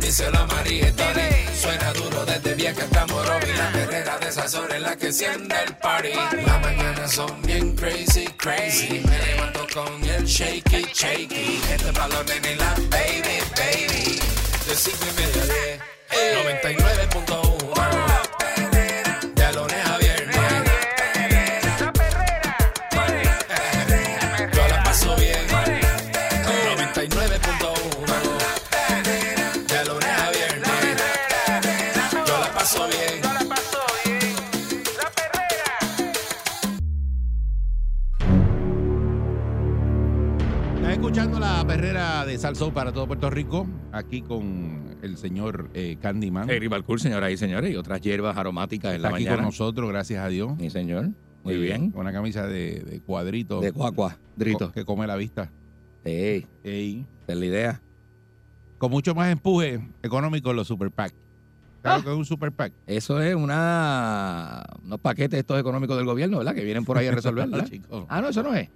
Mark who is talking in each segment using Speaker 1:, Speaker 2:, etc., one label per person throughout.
Speaker 1: díselo a María y Tony. Suena duro desde bien que estamos Robin. La perrera de esas horas es la que enciende el Ah. party. Las mañanas son bien crazy, crazy. Me levanto con el shaky, shaky. Este es pa' los nenes y la baby, baby. De cinco y media a diez. 99.1 La perrera De lunes a viernes
Speaker 2: la perrera,
Speaker 1: yo la paso bien. 99.1. De lunes a viernes. Yo la paso bien.
Speaker 2: no la pasó bien. La perrera,
Speaker 3: Estás escuchando la perrera de Salso para todo Puerto Rico, aquí con el señor eh, Candyman.
Speaker 4: Hey, Rivalcourt, señoras y señores, y otras hierbas aromáticas en
Speaker 3: Está
Speaker 4: la
Speaker 3: aquí con
Speaker 4: mañana.
Speaker 3: nosotros, gracias a Dios.
Speaker 4: Sí, señor. Muy
Speaker 3: Eh,
Speaker 4: bien.
Speaker 3: Con una camisa de, de cuadrito.
Speaker 4: De cuacua,
Speaker 3: co-
Speaker 4: drito.
Speaker 3: Que come la vista.
Speaker 4: Ey,
Speaker 3: Ey.
Speaker 4: esa es la idea.
Speaker 3: Con mucho más empuje económico los super PAC. Claro que es un super PAC.
Speaker 4: Ah. Eso es una unos paquetes estos económicos del gobierno, ¿verdad? Que vienen por ahí a resolver, ¿verdad?
Speaker 3: Chico,
Speaker 4: Ah, no, eso no es.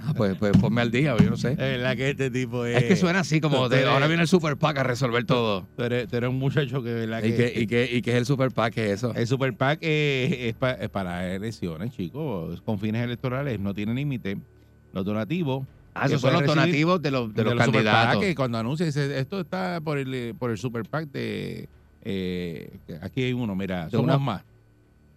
Speaker 4: Ah, pues, pues ponme al día, yo no sé.
Speaker 3: Es verdad que este tipo es.
Speaker 4: Es que suena así como de
Speaker 3: Entonces-
Speaker 4: ahora viene el super pack a resolver todo.
Speaker 3: Tú eres, tú eres un muchacho que, de ¿verdad?
Speaker 4: ¿Y qué, y qué, y qué es el super pack? ¿Qué es eso?
Speaker 3: El Super PAC eh, es, pa- es para elecciones, chicos, con fines electorales, no tiene límite. Los donativos
Speaker 4: Ah, esos
Speaker 3: que
Speaker 4: son los
Speaker 3: puede recibir
Speaker 4: donativos de los, de los
Speaker 3: Super
Speaker 4: candidatos.
Speaker 3: PAC, que cuando anuncia, dice, esto está por el, por el Super PAC de... eh, aquí hay uno, mira,
Speaker 4: De
Speaker 3: Somos
Speaker 4: una-
Speaker 3: Más.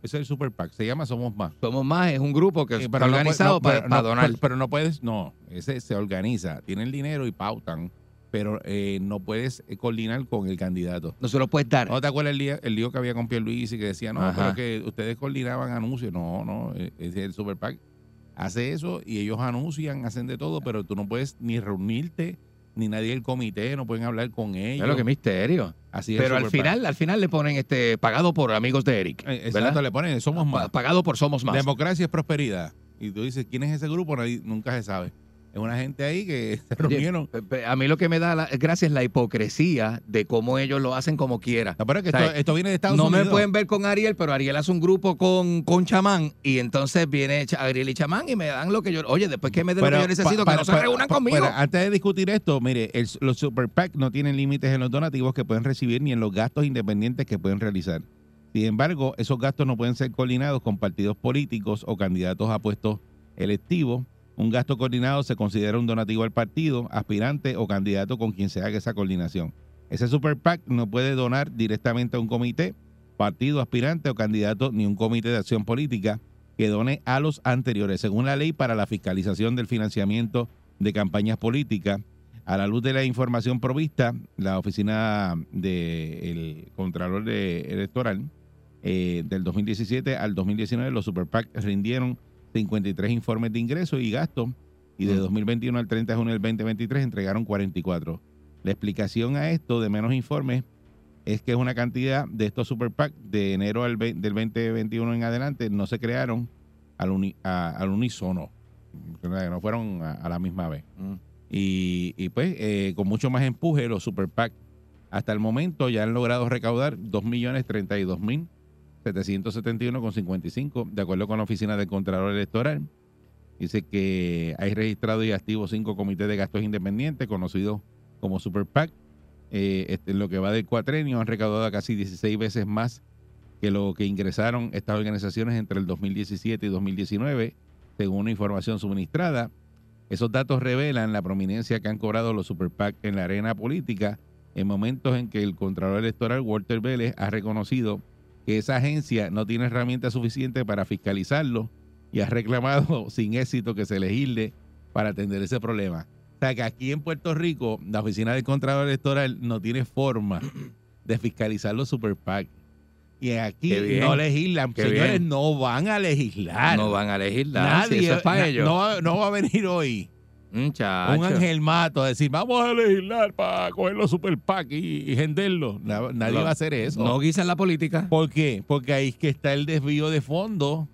Speaker 3: Ese es el Super PAC, se llama Somos Más.
Speaker 4: Somos más, es un grupo que
Speaker 3: Eh,
Speaker 4: está
Speaker 3: pero no puede-
Speaker 4: organizado
Speaker 3: no,
Speaker 4: para,
Speaker 3: pero
Speaker 4: para
Speaker 3: no-
Speaker 4: donar.
Speaker 3: Pero, pero no puedes, no, ese se organiza, tienen dinero y pautan, pero eh, no puedes eh, coordinar con el candidato.
Speaker 4: no se lo puedes dar.
Speaker 3: ¿No te acuerdas el, día- el lío que había con Pierluisi que decía, no,
Speaker 4: Ajá.
Speaker 3: pero que ustedes coordinaban anuncios? No, no, eh, es el Super PAC hace eso y ellos anuncian, hacen de todo, pero tú no puedes ni reunirte, ni nadie del comité, no pueden hablar con ellos.
Speaker 4: Claro, qué misterio.
Speaker 3: Así es el
Speaker 4: Pero al
Speaker 3: Super PAC.
Speaker 4: final, al final le ponen este pagado por amigos de Eric.
Speaker 3: Eh, exacto,
Speaker 4: ¿verdad?
Speaker 3: le ponen, somos
Speaker 4: Pa-
Speaker 3: más.
Speaker 4: pagado por Somos Más.
Speaker 3: Democracia es prosperidad. Y tú dices, ¿quién es ese grupo? Nadie- nunca se sabe. Es una gente ahí que se reunieron.
Speaker 4: Pe- pe- A mí lo que me da la, gracia es la hipocresía de cómo ellos lo hacen como quiera.
Speaker 3: No, pero es que
Speaker 4: O sea,
Speaker 3: esto, esto viene de Estados
Speaker 4: No
Speaker 3: Unidos.
Speaker 4: me pueden ver con Ariel, pero Ariel hace un grupo con, con Chamán y entonces viene Cha- Ariel y Chamán y me dan lo que yo... Oye, después que me den lo
Speaker 3: Pero
Speaker 4: que yo necesito,
Speaker 3: pa-
Speaker 4: que no se
Speaker 3: para-
Speaker 4: reúnan
Speaker 3: pa-
Speaker 4: conmigo.
Speaker 3: para- antes de discutir esto, mire, el- los Super PAC no tienen límites en los donativos que pueden recibir ni en los gastos independientes que pueden realizar. Sin embargo, esos gastos no pueden ser coordinados con partidos políticos o candidatos a puestos electivos. Un gasto coordinado se considera un donativo al partido, aspirante o candidato con quien se haga esa coordinación. Ese Super PAC no puede donar directamente a un comité, partido, aspirante o candidato ni un comité de acción política que done a los anteriores, según la ley para la fiscalización del financiamiento de campañas políticas. A la luz de la información provista, la oficina del Contralor de- Electoral eh, del 2017 al 2019, los Super PAC rindieron 53 informes de ingresos y gastos y de
Speaker 4: Mm.
Speaker 3: 2021 al 30 de junio del 2023 entregaron 44. La explicación a esto de menos informes es que es una cantidad de estos Super PAC de enero al vein- del 2021 en adelante no se crearon al, uni- a- al unísono, que no fueron a- a la misma vez.
Speaker 4: Mm.
Speaker 3: Y, y, pues eh, con mucho más empuje los Super PAC hasta el momento ya han logrado recaudar 2.032.771,55 de acuerdo con la Oficina del Contralor Electoral. Dice que hay registrado y activos cinco comités de gastos independientes conocidos como Super PAC. Eh, este, en lo que va del cuatrenio han recaudado casi 16 veces más que lo que ingresaron estas organizaciones entre el 2017 y 2019, según la información suministrada. Esos datos revelan la prominencia que han cobrado los Super PAC en la arena política en momentos en que el Contralor Electoral Walter Vélez ha reconocido que esa agencia no tiene herramientas suficientes para fiscalizarlo y ha reclamado sin éxito que se legisle para atender ese problema. O sea que aquí en Puerto Rico la oficina del Contralor Electoral no tiene forma de fiscalizar los Super PAC. Y aquí
Speaker 4: Qué bien.
Speaker 3: no legislan.
Speaker 4: Qué
Speaker 3: Señores,
Speaker 4: bien.
Speaker 3: no van a legislar.
Speaker 4: no van a elegir nada.
Speaker 3: Nadie,
Speaker 4: si ah, eso es para
Speaker 3: na-
Speaker 4: ellos.
Speaker 3: No, va- no va a venir hoy
Speaker 4: Mm, chacho.
Speaker 3: un ángel mato a decir, vamos a legislar para coger los super PAC y, y venderlos. Na- nadie
Speaker 4: No.
Speaker 3: va a hacer eso.
Speaker 4: No guisan la política.
Speaker 3: ¿Por qué? Porque ahí es que está el desvío de fondo.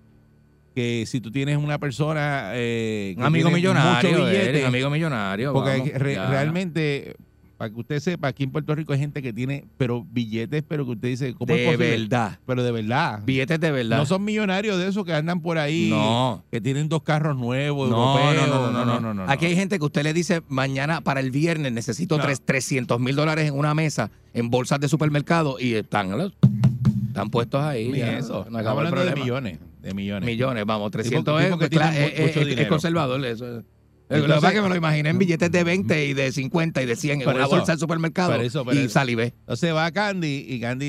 Speaker 3: que si tú tienes una persona. eh, que
Speaker 4: Un amigo
Speaker 3: tiene
Speaker 4: millonario,
Speaker 3: mucho
Speaker 4: él,
Speaker 3: billete,
Speaker 4: un amigo millonario.
Speaker 3: porque
Speaker 4: vamos,
Speaker 3: re-
Speaker 4: ya.
Speaker 3: realmente, para que usted sepa, aquí en Puerto Rico hay gente que tiene pero billetes, pero que usted dice, ¿cómo es
Speaker 4: De
Speaker 3: posible?
Speaker 4: verdad.
Speaker 3: Pero de verdad.
Speaker 4: Billetes Este de verdad.
Speaker 3: No son millonarios de esos que andan por ahí,
Speaker 4: No.
Speaker 3: que tienen dos carros nuevos,
Speaker 4: No,
Speaker 3: europeos.
Speaker 4: no, no, no, no, no, Aquí hay gente que usted le dice mañana para el viernes necesito
Speaker 3: No.
Speaker 4: tres, 300 mil dólares en una mesa, en bolsas de supermercado y están, los- están puestos ahí.
Speaker 3: Ni
Speaker 4: ya,
Speaker 3: eso.
Speaker 4: no
Speaker 3: Estamos
Speaker 4: acabó el
Speaker 3: hablando de
Speaker 4: problema.
Speaker 3: millones. De millones.
Speaker 4: Millones, vamos,
Speaker 3: Tipo-
Speaker 4: 300
Speaker 3: tipo que
Speaker 4: es, cla-
Speaker 3: tiene
Speaker 4: es-
Speaker 3: mucho
Speaker 4: es- es
Speaker 3: dinero.
Speaker 4: conservador. Eso. es.
Speaker 3: Entonces-
Speaker 4: lo que pasa es que me lo imaginé en billetes de 20 y de 50 y de 100 en
Speaker 3: Por
Speaker 4: una
Speaker 3: eso,
Speaker 4: bolsa de supermercado
Speaker 3: por eso, por
Speaker 4: y
Speaker 3: eso.
Speaker 4: salivé.
Speaker 3: Entonces va Candy y Candy,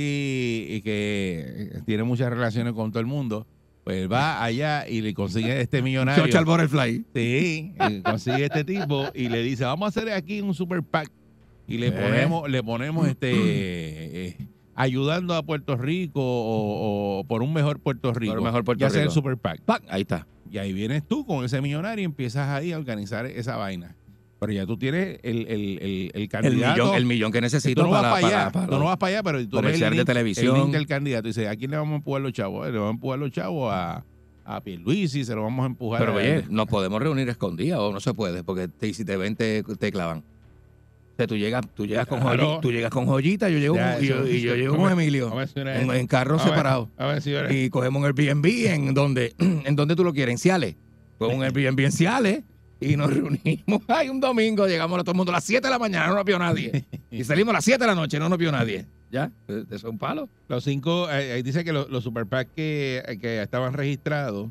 Speaker 3: y que tiene muchas relaciones con todo el mundo, pues va allá y le consigue este millonario.
Speaker 4: Chocha al butterfly.
Speaker 3: Sí, y consigue este tipo y le dice, vamos a hacer aquí un super pack. Y le
Speaker 4: Eh.
Speaker 3: ponemos, le ponemos este eh, ayudando a Puerto Rico o, o por un mejor Puerto Rico.
Speaker 4: un mejor Puerto
Speaker 3: y hacer el
Speaker 4: Rico.
Speaker 3: super pack.
Speaker 4: ¡Pac! Ahí está.
Speaker 3: Y ahí vienes tú con ese millonario y empiezas ahí a organizar esa vaina. Pero ya tú tienes el, el, el, el
Speaker 4: El
Speaker 3: candidato.
Speaker 4: millón, el millón que necesito
Speaker 3: tú no
Speaker 4: para,
Speaker 3: vas para allá,
Speaker 4: para- para-
Speaker 3: tú no vas para allá, pero tú eres el
Speaker 4: comercial de
Speaker 3: link,
Speaker 4: televisión.
Speaker 3: el link del candidato. Y dice, ¿a quién le vamos a empujar los chavos? Eh, Le vamos a empujar los chavos a, a Pierluisi, se lo vamos a empujar
Speaker 4: Pero
Speaker 3: a-
Speaker 4: oye, nos podemos reunir escondidas o no se puede, porque te- si te ven te, te clavan. O sea, tú llegas, tú llegas con
Speaker 3: Claro.
Speaker 4: joyita, tú llegas con joyita, yo llego
Speaker 3: Ya,
Speaker 4: con- y yo,
Speaker 3: eso-
Speaker 4: y yo
Speaker 3: eso-
Speaker 4: llego
Speaker 3: a
Speaker 4: con
Speaker 3: ver,
Speaker 4: Emilio.
Speaker 3: a ver si era
Speaker 4: En,
Speaker 3: eso.
Speaker 4: en carros
Speaker 3: A ver,
Speaker 4: separados.
Speaker 3: A ver, señores.
Speaker 4: Y cogemos un Airbnb en donde, en donde tú lo quieres, en Ciales. Cogemos un Airbnb en Ciales y nos reunimos. Ay, un domingo, llegamos a todo el mundo a las 7 de la mañana, no nos vio nadie. Y salimos a las 7 de la noche, no nos vio nadie. ¿Ya? Eso es un palo.
Speaker 3: Los cinco, eh, ahí dice que los, los super PAC que, que estaban registrados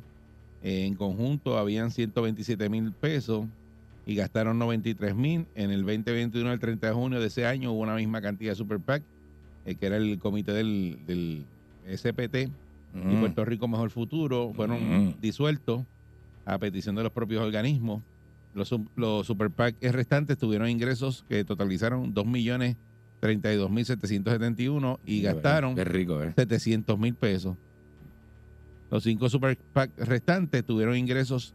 Speaker 3: eh, en conjunto habían 127 mil pesos y gastaron 93 mil. En el 2021, el 30 de junio de ese año, hubo una misma cantidad de super PAC, eh, que era el comité del, del SPT y Puerto Rico Mejor Futuro, fueron
Speaker 4: Mm.
Speaker 3: disueltos a petición de los propios organismos. Los, sub- los super PAC restantes tuvieron ingresos que totalizaron 2 millones 32 mil 771 y gastaron
Speaker 4: Qué rico, ¿eh?
Speaker 3: 700 mil pesos. Los cinco super PAC restantes tuvieron ingresos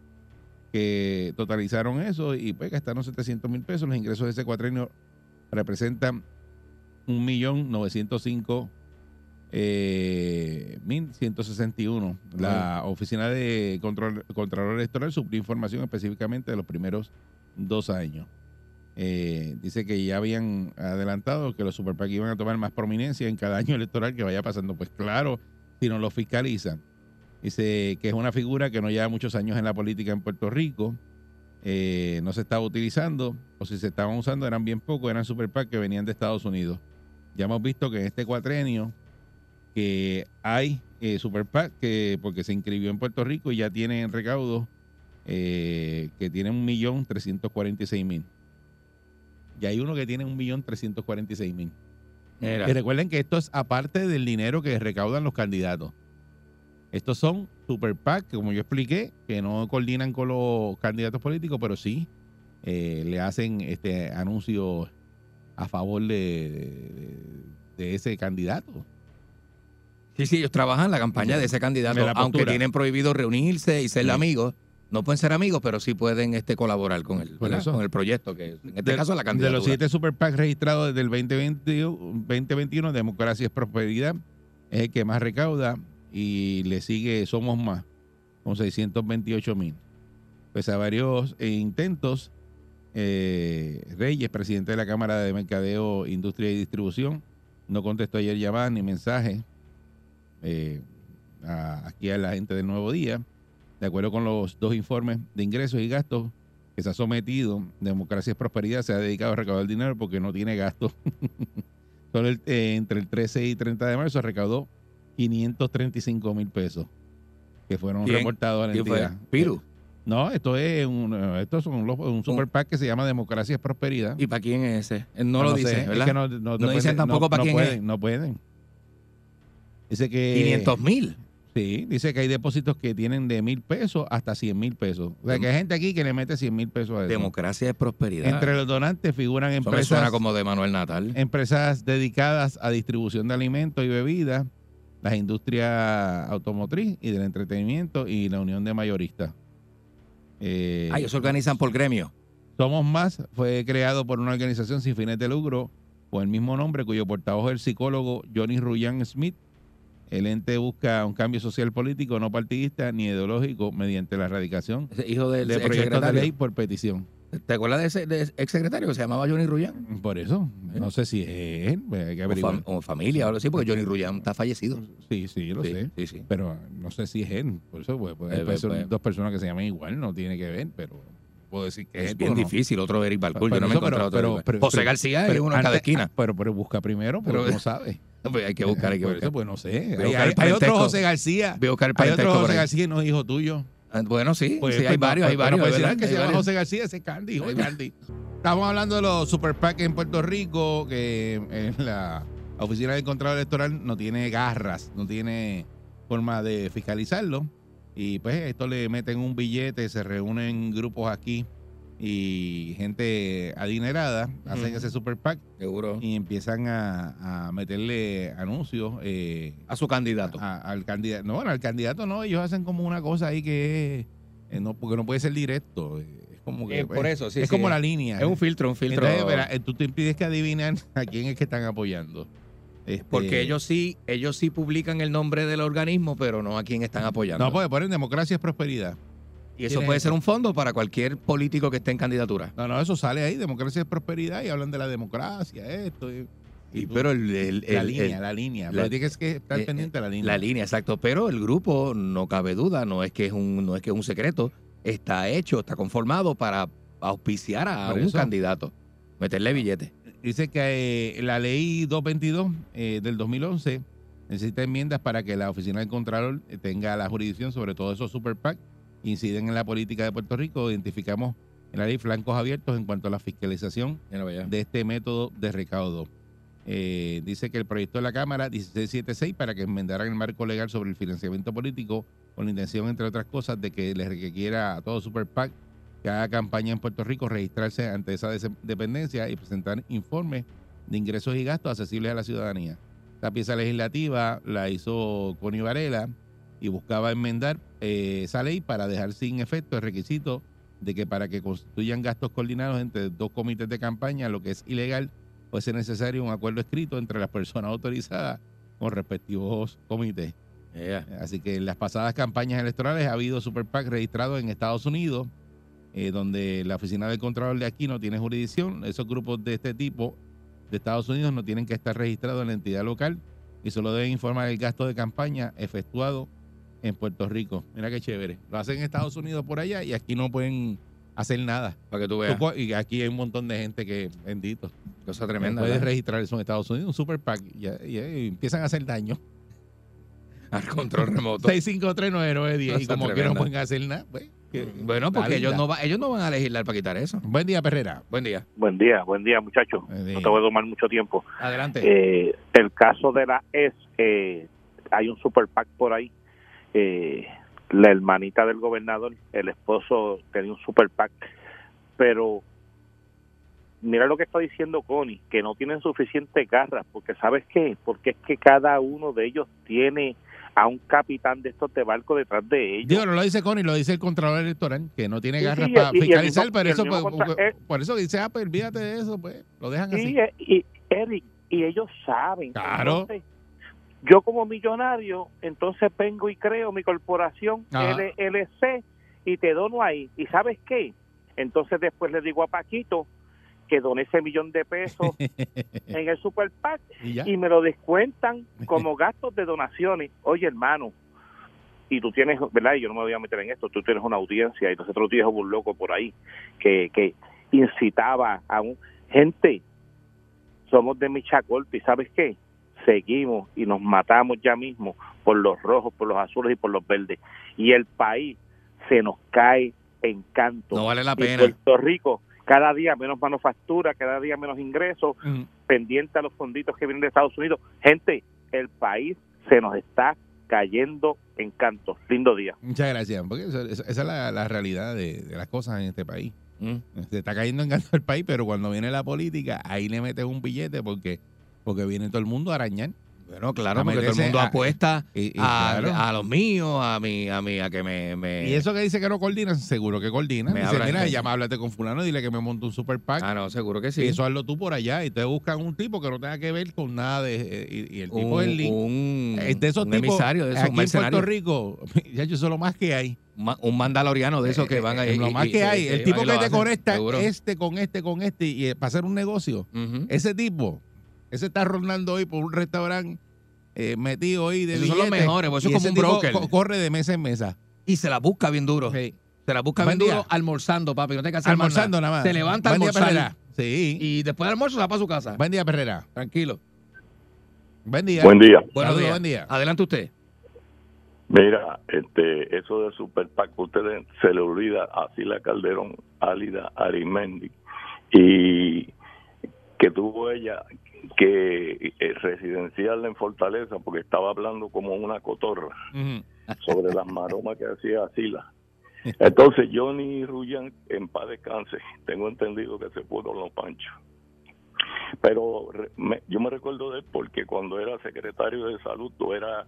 Speaker 3: que totalizaron eso y pues gastaron 700 mil pesos. Los ingresos de ese cuatrenio representan 1.905.161. Eh, 1.161. La Oficina de Control, Contralor Electoral suplió información específicamente de los primeros dos años. Eh, dice que ya habían adelantado que los super PAC iban a tomar más prominencia en cada año electoral que vaya pasando. Pues claro, si no lo fiscalizan. Dice que es una figura que no lleva muchos años en la política en Puerto Rico. eh, no se estaba utilizando, o si se estaban usando eran bien pocos, eran super PAC que venían de Estados Unidos. Ya hemos visto que en este cuatrenio que hay eh, super PAC que porque se inscribió en Puerto Rico y ya tienen recaudos eh, que tienen un millón trescientos cuarenta y seis mil. Y hay uno que tiene un millón trescientos cuarenta y seis mil.
Speaker 4: Mira.
Speaker 3: Y recuerden que esto es aparte del dinero que recaudan los candidatos. Estos son super PAC, que como yo expliqué, que no coordinan con los candidatos políticos, pero sí eh, le hacen este anuncios a favor de, de- de ese candidato.
Speaker 4: Sí, sí, ellos trabajan la campaña de ese
Speaker 3: De
Speaker 4: candidato,
Speaker 3: la
Speaker 4: aunque
Speaker 3: postura.
Speaker 4: tienen prohibido reunirse y ser
Speaker 3: Sí.
Speaker 4: amigos. No pueden ser amigos, pero sí pueden este, colaborar con el,
Speaker 3: Por
Speaker 4: ¿verdad?
Speaker 3: eso.
Speaker 4: con el proyecto, que es, en este
Speaker 3: De-
Speaker 4: caso la
Speaker 3: De
Speaker 4: candidatura.
Speaker 3: los siete super PAC registrados desde el 2021, 2021, Democracia es Prosperidad es el que más recauda y le sigue Somos Más con 628 mil. Pese a varios eh, intentos, eh, Reyes, presidente de la Cámara de Mercadeo, Industria y Distribución, no contestó ayer llamadas ni mensajes eh, a- aquí a la gente del Nuevo Día. De acuerdo con los dos informes de ingresos y gastos que se ha sometido, Democracia es Prosperidad se ha dedicado a recaudar dinero porque no tiene gastos. Solo el- eh, entre el 13 y 30 de marzo recaudó 535 mil pesos que fueron
Speaker 4: ¿Quién?
Speaker 3: reportados a la
Speaker 4: ¿Quién fue?
Speaker 3: entidad. Eh,
Speaker 4: Piru. Oh.
Speaker 3: No, esto es un, eh, esto es un, un super PAC que se llama Democracia es Prosperidad.
Speaker 4: ¿Y para quién es ese? Él no, lo
Speaker 3: sé,
Speaker 4: dice,
Speaker 3: es
Speaker 4: ¿verdad?
Speaker 3: que Ah, no, no te
Speaker 4: No dicen
Speaker 3: pueden-
Speaker 4: tampoco
Speaker 3: no- no
Speaker 4: para quién es.
Speaker 3: pueden, No pueden. Dice que.
Speaker 4: 500 mil.
Speaker 3: Sí, dice que hay depósitos que tienen de mil pesos hasta 100 mil pesos. O sea, que hay gente aquí que le mete 100 mil pesos
Speaker 4: Pues
Speaker 3: a eso.
Speaker 4: Democracia es prosperidad.
Speaker 3: Entre los donantes figuran
Speaker 4: Eso me
Speaker 3: empresas
Speaker 4: suena como de Manuel Natal.
Speaker 3: empresas dedicadas a distribución de alimentos y bebidas, las industrias automotriz y del entretenimiento y la unión de mayoristas. Eh,
Speaker 4: Ah, ellos se organizan por gremio.
Speaker 3: Somos Más fue creado por una organización sin fines de lucro con el mismo nombre, cuyo portavoz es el psicólogo Johnny Ruyan Smith. El ente busca un cambio social político, no partidista ni ideológico, mediante la erradicación
Speaker 4: Ese hijo del
Speaker 3: de proyectos de
Speaker 4: exsecretario.
Speaker 3: ley por petición.
Speaker 4: ¿Te acuerdas de ese de ese exsecretario que se llamaba Johnny Rullán?
Speaker 3: Por eso, no sé si es él, pues, hay que
Speaker 4: ¿Eh? O,
Speaker 3: averiguar.
Speaker 4: fam- o familia o algo así, porque Johnny Rullán está fallecido.
Speaker 3: Sí, sí, lo
Speaker 4: sí,
Speaker 3: sé.
Speaker 4: sí, sí.
Speaker 3: Pero ah, no sé si es él. Por eso, pues, pues, hay
Speaker 4: Eh, pues,
Speaker 3: perso-
Speaker 4: pues.
Speaker 3: dos personas que se llaman igual, no tiene que ver, pero puedo decir que
Speaker 4: Es
Speaker 3: él,
Speaker 4: bien
Speaker 3: porque no.
Speaker 4: difícil, otro Eric Balcour.
Speaker 3: Por
Speaker 4: Yo no me he
Speaker 3: eso, pero-
Speaker 4: encontrado otro
Speaker 3: pero-
Speaker 4: Eric Balcour.
Speaker 3: pero-
Speaker 4: José
Speaker 3: pero-
Speaker 4: García es
Speaker 3: pero
Speaker 4: uno en cada
Speaker 3: antes- ah,
Speaker 4: esquina.
Speaker 3: Pero, pero busca primero, porque
Speaker 4: Pero-
Speaker 3: no sabe.
Speaker 4: Pues hay que buscar, hay que
Speaker 3: Por
Speaker 4: buscar.
Speaker 3: eso, pues no sé.
Speaker 4: Voy a
Speaker 3: Hay,
Speaker 4: buscar el
Speaker 3: hay- hay otro
Speaker 4: parentesco.
Speaker 3: José García.
Speaker 4: Voy a buscar el
Speaker 3: Hay otro
Speaker 4: parentesco por
Speaker 3: José
Speaker 4: ahí.
Speaker 3: García y no es hijo tuyo.
Speaker 4: Ah, Bueno, sí,
Speaker 3: Pues,
Speaker 4: sí, hay
Speaker 3: pues,
Speaker 4: varios, hay
Speaker 3: pues,
Speaker 4: varios.
Speaker 3: pues, si
Speaker 4: ¿verdad?
Speaker 3: no, que
Speaker 4: Hay
Speaker 3: se llama
Speaker 4: varios.
Speaker 3: José García, ese es Candy, hijo de Candy. Estamos hablando de los super PAC en Puerto Rico, que en la oficina del Contralor Electoral no tiene garras, no tiene forma de fiscalizarlo. Y pues esto le meten un billete, se reúnen grupos aquí y gente adinerada, hacen
Speaker 4: Ujú.
Speaker 3: ese super PAC
Speaker 4: Seguro.
Speaker 3: y empiezan a, a meterle anuncios. eh,
Speaker 4: A su candidato.
Speaker 3: a- al candidato. No, bueno, al candidato no, ellos hacen como una cosa ahí que es. eh, no, porque no puede ser directo. eh, Es como que.
Speaker 4: Eh, por
Speaker 3: eh,
Speaker 4: eso, sí,
Speaker 3: Es
Speaker 4: sí,
Speaker 3: como
Speaker 4: es-
Speaker 3: la línea. eh.
Speaker 4: Es un filtro, un filtro.
Speaker 3: Entonces, verá, eh, tú te impides que adivinan a quién es que están apoyando. Este,
Speaker 4: Porque ellos sí, ellos sí publican el nombre del organismo, pero no a quién están apoyando.
Speaker 3: No, porque ponen democracia es prosperidad.
Speaker 4: y eso
Speaker 3: tiene-
Speaker 4: puede ser un fondo para cualquier político que esté en candidatura.
Speaker 3: No, no, eso sale ahí, democracia es prosperidad, y hablan de la democracia, esto. y-
Speaker 4: Y,
Speaker 3: tú-
Speaker 4: pero el, el-
Speaker 3: la
Speaker 4: el-
Speaker 3: línea,
Speaker 4: el-
Speaker 3: la línea.
Speaker 4: la-
Speaker 3: pero tienes que estar
Speaker 4: eh,
Speaker 3: pendiente de la línea.
Speaker 4: la línea, exacto. Pero el grupo, no cabe duda, no es que es un, no es que es un secreto, está hecho, está conformado para auspiciar a
Speaker 3: Por
Speaker 4: un
Speaker 3: eso.
Speaker 4: candidato, meterle billetes.
Speaker 3: dice que eh, la ley 222 eh, del 2011 necesita enmiendas para que la oficina del Contralor eh, tenga la jurisdicción sobre todos esos super PAC que inciden en la política de Puerto Rico. Identificamos en la ley flancos abiertos en cuanto a la fiscalización de este método de recaudo. Eh, dice que el proyecto de la Cámara 1676 para que enmendaran el marco legal sobre el financiamiento político con la intención, entre otras cosas, de que les requiera a todo Super PAC que haga campaña en Puerto Rico registrarse ante esa des- dependencia y presentar informes de ingresos y gastos accesibles a la ciudadanía. Esta pieza legislativa la hizo Connie Varela y buscaba enmendar eh, esa ley para dejar sin efecto el requisito de que para que constituyan gastos coordinados entre dos comités de campaña, lo que es ilegal, puede ser necesario un acuerdo escrito entre las personas autorizadas con respectivos comités.
Speaker 4: Yeah.
Speaker 3: Así que en las pasadas campañas electorales ha habido Super PAC registrados en Estados Unidos, eh, donde la oficina del Contralor de aquí no tiene jurisdicción. Esos grupos de este tipo de Estados Unidos no tienen que estar registrados en la entidad local y solo deben informar el gasto de campaña efectuado en Puerto Rico. Mira qué chévere. Lo hacen en Estados Unidos por allá y aquí no pueden hacer nada.
Speaker 4: Para que tú
Speaker 3: Tú
Speaker 4: veas.
Speaker 3: co- Y aquí hay un montón de gente que, bendito, tremenda.
Speaker 4: Cosa tremenda.
Speaker 3: Puedes
Speaker 4: ¿verdad?
Speaker 3: registrar eso en Estados Unidos, un super PAC, y, y- y empiezan a hacer daño.
Speaker 4: Al control remoto.
Speaker 3: 6539910 y
Speaker 4: Cosa
Speaker 3: como que no
Speaker 4: tremenda.
Speaker 3: pueden hacer nada. pues, que-
Speaker 4: Bueno, porque
Speaker 3: la
Speaker 4: ellos
Speaker 3: linda.
Speaker 4: no, va- ellos no van a legislar para quitar eso.
Speaker 3: Buen día, Perrera.
Speaker 4: Buen día.
Speaker 5: Buen día, buen día, muchachos.
Speaker 3: Buen día.
Speaker 5: No te voy a tomar mucho tiempo.
Speaker 4: Adelante.
Speaker 5: Eh, el caso de la es, eh, hay un super PAC por ahí. Eh, la hermanita del gobernador, el esposo tenía un super PAC, pero mira lo que está diciendo Connie, que no tienen suficiente garras, porque ¿sabes qué? Porque es que cada uno de ellos tiene a un capitán de estos de barco detrás de ellos.
Speaker 3: Digo, no lo dice Connie, lo dice el Contralor Electoral, que no tiene
Speaker 5: Sí,
Speaker 3: garras
Speaker 5: sí,
Speaker 3: para
Speaker 5: y- y el
Speaker 3: fiscalizar,
Speaker 5: mismo-
Speaker 3: pero
Speaker 5: y el
Speaker 3: eso,
Speaker 5: mismo
Speaker 3: pues,
Speaker 5: contra-
Speaker 3: pues, por eso dice, ah, pues olvídate de eso, pues, lo dejan así.
Speaker 5: Sí, eh, y Eric, y ellos saben.
Speaker 3: Claro.
Speaker 5: Entonces, yo como millonario, entonces vengo y creo mi corporación
Speaker 3: Ajá.
Speaker 5: LLC y te dono ahí. ¿Y sabes qué? Entonces después le digo a Paquito que doné ese millón de pesos en el Super PAC
Speaker 3: y ya.
Speaker 5: y me lo descuentan como gastos de donaciones. Oye, hermano, y tú tienes, ¿verdad? Y yo no me voy a meter en esto, tú tienes una audiencia y nosotros tienes un loco por ahí que, que incitaba a un... Gente, somos de Michacolpi, ¿y sabes qué? Seguimos y nos matamos ya mismo por los rojos, por los azules y por los verdes. Y el país se nos cae en canto.
Speaker 4: No vale la
Speaker 5: y
Speaker 4: pena.
Speaker 5: Puerto Rico, cada día menos manufactura, cada día menos ingresos,
Speaker 3: Mm.
Speaker 5: pendiente a los fonditos que vienen de Estados Unidos. Gente, el país se nos está cayendo en canto. Lindo día.
Speaker 3: Muchas gracias, porque eso- eso- esa es la, la realidad de, de las cosas en este país.
Speaker 4: Mm.
Speaker 3: Se está cayendo en gato el país, pero cuando viene la política, ahí le metes un billete porque porque viene todo el mundo a arañar.
Speaker 4: Bueno, claro,
Speaker 3: A
Speaker 4: porque todo el
Speaker 3: meterse
Speaker 4: mundo
Speaker 3: a-
Speaker 4: apuesta
Speaker 3: y- y
Speaker 4: a,
Speaker 3: claro.
Speaker 4: a los míos, a mí, a mí, a que me. me-
Speaker 3: Y eso que dice que no coordinan, seguro que coordinan.
Speaker 4: Eh, Me
Speaker 3: Dice,
Speaker 4: hablan
Speaker 3: mira,
Speaker 4: con-
Speaker 3: llama, háblate con fulano, dile que me monte un super pack.
Speaker 4: Ah, no, seguro que sí.
Speaker 3: Y eso hazlo tú por allá. Y te buscan un tipo que no tenga que ver con nada de... eh, Y, y el tipo
Speaker 4: un,
Speaker 3: es link.
Speaker 4: un-
Speaker 3: Es de esos
Speaker 4: un
Speaker 3: tipos,
Speaker 4: emisario de esos,
Speaker 3: aquí
Speaker 4: un
Speaker 3: en Puerto
Speaker 4: mercenario.
Speaker 3: Rico, ya yo sé lo más que hay.
Speaker 4: ma- un mandaloriano de esos que van ahí.
Speaker 3: Eh, lo
Speaker 4: y-
Speaker 3: más
Speaker 4: y-
Speaker 3: que
Speaker 4: y-
Speaker 3: hay.
Speaker 4: y-
Speaker 3: el
Speaker 4: y
Speaker 3: tipo
Speaker 4: ahí
Speaker 3: que
Speaker 4: lo
Speaker 3: te
Speaker 4: hacen,
Speaker 3: conecta
Speaker 4: seguro.
Speaker 3: este con este, con este, y eh, para hacer un negocio.
Speaker 4: Ujú.
Speaker 3: Ese tipo, ese está rondando hoy por un restaurante eh, metido hoy de
Speaker 4: Esos son los
Speaker 3: billetes,
Speaker 4: mejores, porque eso
Speaker 3: y
Speaker 4: es como
Speaker 3: ese
Speaker 4: un
Speaker 3: tipo
Speaker 4: broker.
Speaker 3: co- corre de mesa en mesa.
Speaker 4: Y se la busca bien duro.
Speaker 3: Sí.
Speaker 4: Se la busca
Speaker 3: Buen
Speaker 4: bien duro
Speaker 3: día.
Speaker 4: almorzando, papi. No te casas
Speaker 3: Almorzando nada más.
Speaker 4: Se levanta a
Speaker 3: Buen día,
Speaker 4: almorzar.
Speaker 3: Perrera. Sí.
Speaker 4: Y después del almuerzo se va para su casa.
Speaker 3: Buen día, Perrera.
Speaker 4: Tranquilo.
Speaker 3: Buen día.
Speaker 6: Buen día.
Speaker 4: Buenos
Speaker 3: Saludos,
Speaker 4: días.
Speaker 3: buen día.
Speaker 4: Adelante usted.
Speaker 6: Mira, este, eso de Super PAC, ustedes se le olvida a Sila Calderón, Álida Arimendi, y que tuvo ella que eh, residencial en Fortaleza, porque estaba hablando como una cotorra sobre las maromas que hacía Sila. Entonces, Johnny Rullán, en paz descanse, tengo entendido que se pudo los panchos. Pero re- me- yo me recuerdo de él porque cuando era secretario de salud, tú era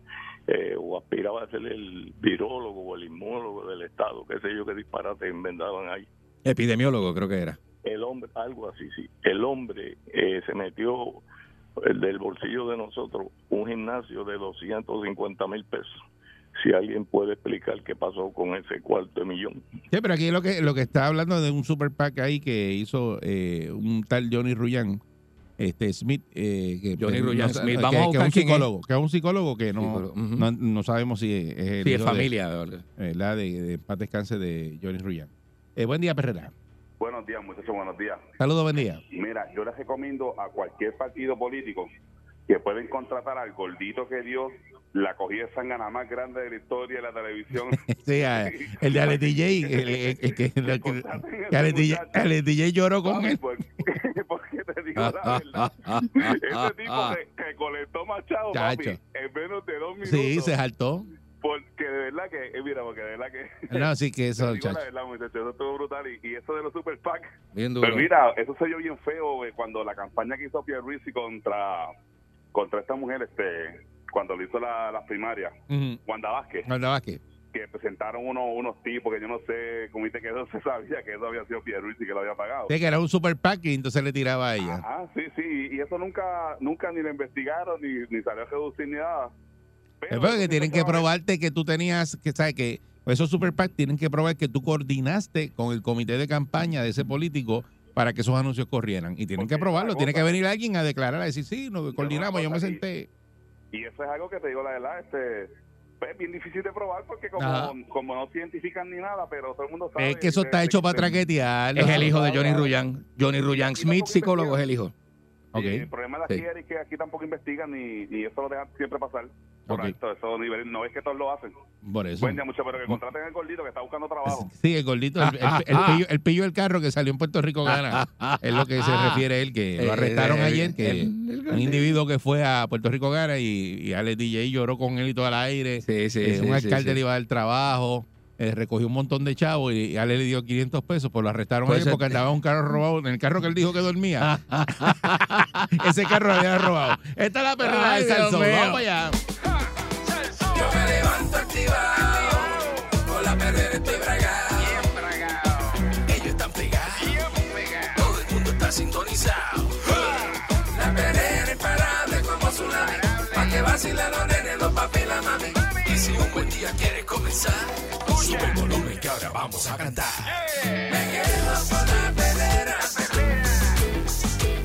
Speaker 6: eh, o aspiraba a ser el virólogo o el inmunólogo del Estado, qué sé yo qué disparate inventaban ahí.
Speaker 4: Epidemiólogo, creo que era.
Speaker 6: El hombre, algo así, sí. El hombre eh, se metió eh, del bolsillo de nosotros un gimnasio de 250 mil pesos. Si alguien puede explicar qué pasó con ese cuarto de millón.
Speaker 3: Sí, pero aquí lo que, lo que está hablando de un super pack ahí que hizo eh, un tal Johnny Rullán, este Smith, eh, que,
Speaker 4: Johnny
Speaker 3: no
Speaker 4: Rullán
Speaker 3: sa-
Speaker 4: Smith.
Speaker 3: que-
Speaker 4: Vamos a
Speaker 3: que
Speaker 4: buscar
Speaker 3: es un
Speaker 4: quién es.
Speaker 3: psicólogo, que es un psicólogo que no,
Speaker 4: Psicólogo, ujú.
Speaker 3: no, no sabemos si es, es el
Speaker 4: Sí, es
Speaker 3: hijo
Speaker 4: familia.
Speaker 3: de, ¿verdad? de, de paz descanse de Johnny Rullán. Eh, buen día, Perrera.
Speaker 7: Buenos días, muchachos, buenos días.
Speaker 3: Saludos, buen día.
Speaker 7: Mira, yo les recomiendo a cualquier partido político que pueden contratar al gordito que dio la cogida de sangana más grande de la historia de la televisión.
Speaker 3: Sí, a- el de Ale DJ, el, el- el que, el que- que Ale DJ, Ale DJ lloró con
Speaker 7: ¿Sabes
Speaker 3: él.
Speaker 7: por qué? Porque te digo la verdad? Ese tipo se recolectó machado, papi,
Speaker 3: Chacho.
Speaker 7: en menos de dos minutos.
Speaker 3: Sí, se saltó.
Speaker 7: Porque de verdad que, eh, mira, porque de verdad que...
Speaker 3: No, sí que eso,
Speaker 7: te digo la
Speaker 3: chacho.
Speaker 7: verdad, muchachos, eso estuvo brutal. Y, y eso de los super packs,
Speaker 4: Bien duro.
Speaker 7: Pero Pues mira, eso se vio bien feo eh, cuando la campaña que hizo Pierluisi contra contra esta mujer, este, cuando le hizo la- las primarias,
Speaker 3: Ujú.
Speaker 7: Wanda Vázquez,
Speaker 3: Wanda Vázquez.
Speaker 7: que presentaron uno, unos tipos que yo no sé, como dice que no se sabía que eso había sido Pierluisi que lo había pagado.
Speaker 3: Sí, que era un super pack y entonces le tiraba a ella.
Speaker 7: Ah, sí, sí, y eso nunca nunca ni lo investigaron, ni, ni salió a reducir ni nada.
Speaker 3: Es porque
Speaker 7: eso
Speaker 3: tienen
Speaker 7: sí
Speaker 3: que
Speaker 7: se va a ver.
Speaker 3: probarte que tú tenías, que sabes que pues esos super PAC tienen que probar que tú coordinaste con el comité de campaña de ese político para que esos anuncios corrieran. Y tienen que
Speaker 7: Porque
Speaker 3: probarlo,
Speaker 7: la
Speaker 3: tiene que
Speaker 7: cosa-
Speaker 3: venir alguien a declarar, a decir, sí, nos coordinamos, yo me
Speaker 7: cosa que-
Speaker 3: senté.
Speaker 7: Y eso es algo que te digo la verdad, este, pues, es bien difícil de probar porque
Speaker 3: Ajá.
Speaker 7: como, como no se identifican ni nada, pero todo el mundo sabe.
Speaker 3: Es que eso
Speaker 7: de-
Speaker 3: está
Speaker 7: de-
Speaker 3: hecho para
Speaker 7: de-
Speaker 3: traquetear.
Speaker 4: Es el hijo de Johnny Rullán. Johnny Rullán Smith, psicólogo, es el hijo.
Speaker 3: Ok.
Speaker 7: Y el problema de aquí
Speaker 4: Sí.
Speaker 7: es que aquí tampoco investigan y, y eso lo dejan siempre pasar. Por
Speaker 3: Ok.
Speaker 7: alto, esos niveles, no es que todos lo hacen.
Speaker 3: Por eso.
Speaker 7: Buen día, mucho, pero que contraten al gordito que está buscando trabajo.
Speaker 3: Sí, el gordito, el, el-
Speaker 7: Ah,
Speaker 3: el pillo, el pillo del carro que salió en Puerto Rico gana. Es lo que se refiere él, que lo arrestaron
Speaker 4: Ah. Eh,
Speaker 3: ayer,
Speaker 4: el-
Speaker 3: que
Speaker 4: el- el-
Speaker 3: un individuo que fue a Puerto Rico gana y, y Alex DJ lloró con él y todo al aire.
Speaker 4: Sí, sí,
Speaker 3: Eh,
Speaker 4: sí,
Speaker 3: un
Speaker 4: sí,
Speaker 3: alcalde
Speaker 4: sí.
Speaker 3: le iba a dar trabajo, eh, recogió un montón de chavos y, y Ale le dio 500 pesos, pues lo arrestaron
Speaker 4: Pues
Speaker 3: ayer
Speaker 4: eso-
Speaker 3: porque andaba en un carro robado, en el carro que él dijo que dormía. Ese carro lo había robado. Esta es la perrera
Speaker 4: Ay,
Speaker 3: de
Speaker 4: Dios
Speaker 3: Salsón.
Speaker 4: mío.
Speaker 3: Vamos allá.
Speaker 1: Yo me levanto activado. Con la perrera estoy bragado. Ellos están pegados. Todo el mundo está sintonizado. La perrera es imparable como tsunami. Pa' que vacilan los nenes, los papi y la mami. Y si un buen día quieres comenzar, sube el volumen que ahora vamos a cantar. Me quedo con la perrera.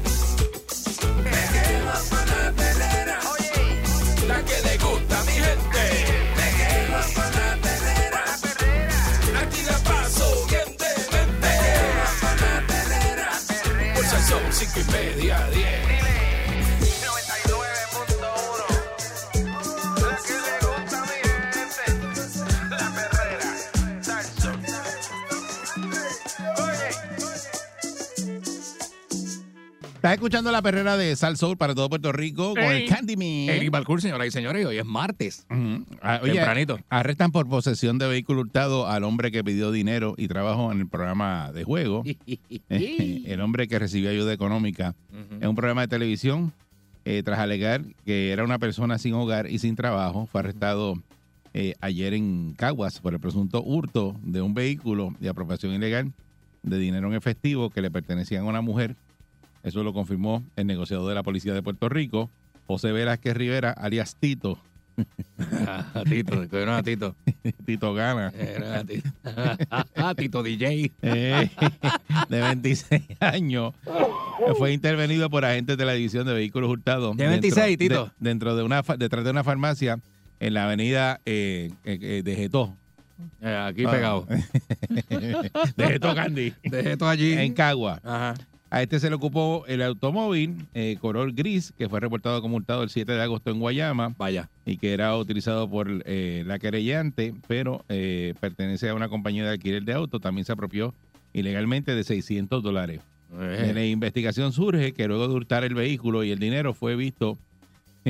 Speaker 1: Me quedo con la perrera. La que le gusta a mi gente. Me quedo con la perrera. Aquí la paso bien de mente. Por el son cinco y media a diez.
Speaker 8: 99.1 La que le gusta a mi gente La perrera Salso Oye
Speaker 3: Estás escuchando la perrera de Sal Soul para todo Puerto Rico con el Candyman.
Speaker 4: Eric Balcour, señoras y señores, hoy es martes.
Speaker 3: Ujú. Ah, oye,
Speaker 4: Tempranito.
Speaker 3: Arrestan por posesión de vehículo hurtado al hombre que pidió dinero y trabajo en el programa de Eh, juego. el hombre que recibió ayuda económica en un programa de televisión eh, tras alegar que era una persona sin hogar y sin trabajo. Fue arrestado eh, ayer en Caguas por el presunto hurto de un vehículo y apropiación ilegal de dinero en efectivo que le pertenecían a una mujer. Eso lo confirmó el negociador de la Policía de Puerto Rico, José Velázquez Rivera, alias Tito.
Speaker 4: A Ah, Tito, cogieron a Tito.
Speaker 3: Tito Gana.
Speaker 4: Era a Tito. Ah, Tito DJ.
Speaker 3: eh, de 26 años, fue intervenido por agentes de la división de vehículos hurtados.
Speaker 4: De 26,
Speaker 3: dentro,
Speaker 4: Tito.
Speaker 3: de- dentro de una, fa- detrás de una farmacia en la avenida eh, eh, eh, de Getó. Ah,
Speaker 4: Eh, aquí pegado.
Speaker 3: de Getó Candy.
Speaker 4: Dejé esto allí.
Speaker 3: En Cagua.
Speaker 4: Ajá.
Speaker 3: A este se le ocupó el automóvil eh, color gris que fue reportado como hurtado el 7 de agosto en Guayama
Speaker 4: Vaya.
Speaker 3: y que era utilizado por eh, la querellante, pero eh, pertenece a una compañía de alquiler de autos. También se apropió ilegalmente de 600 dólares. De
Speaker 4: Eh,
Speaker 3: la investigación surge que luego de hurtar el vehículo y el dinero fue visto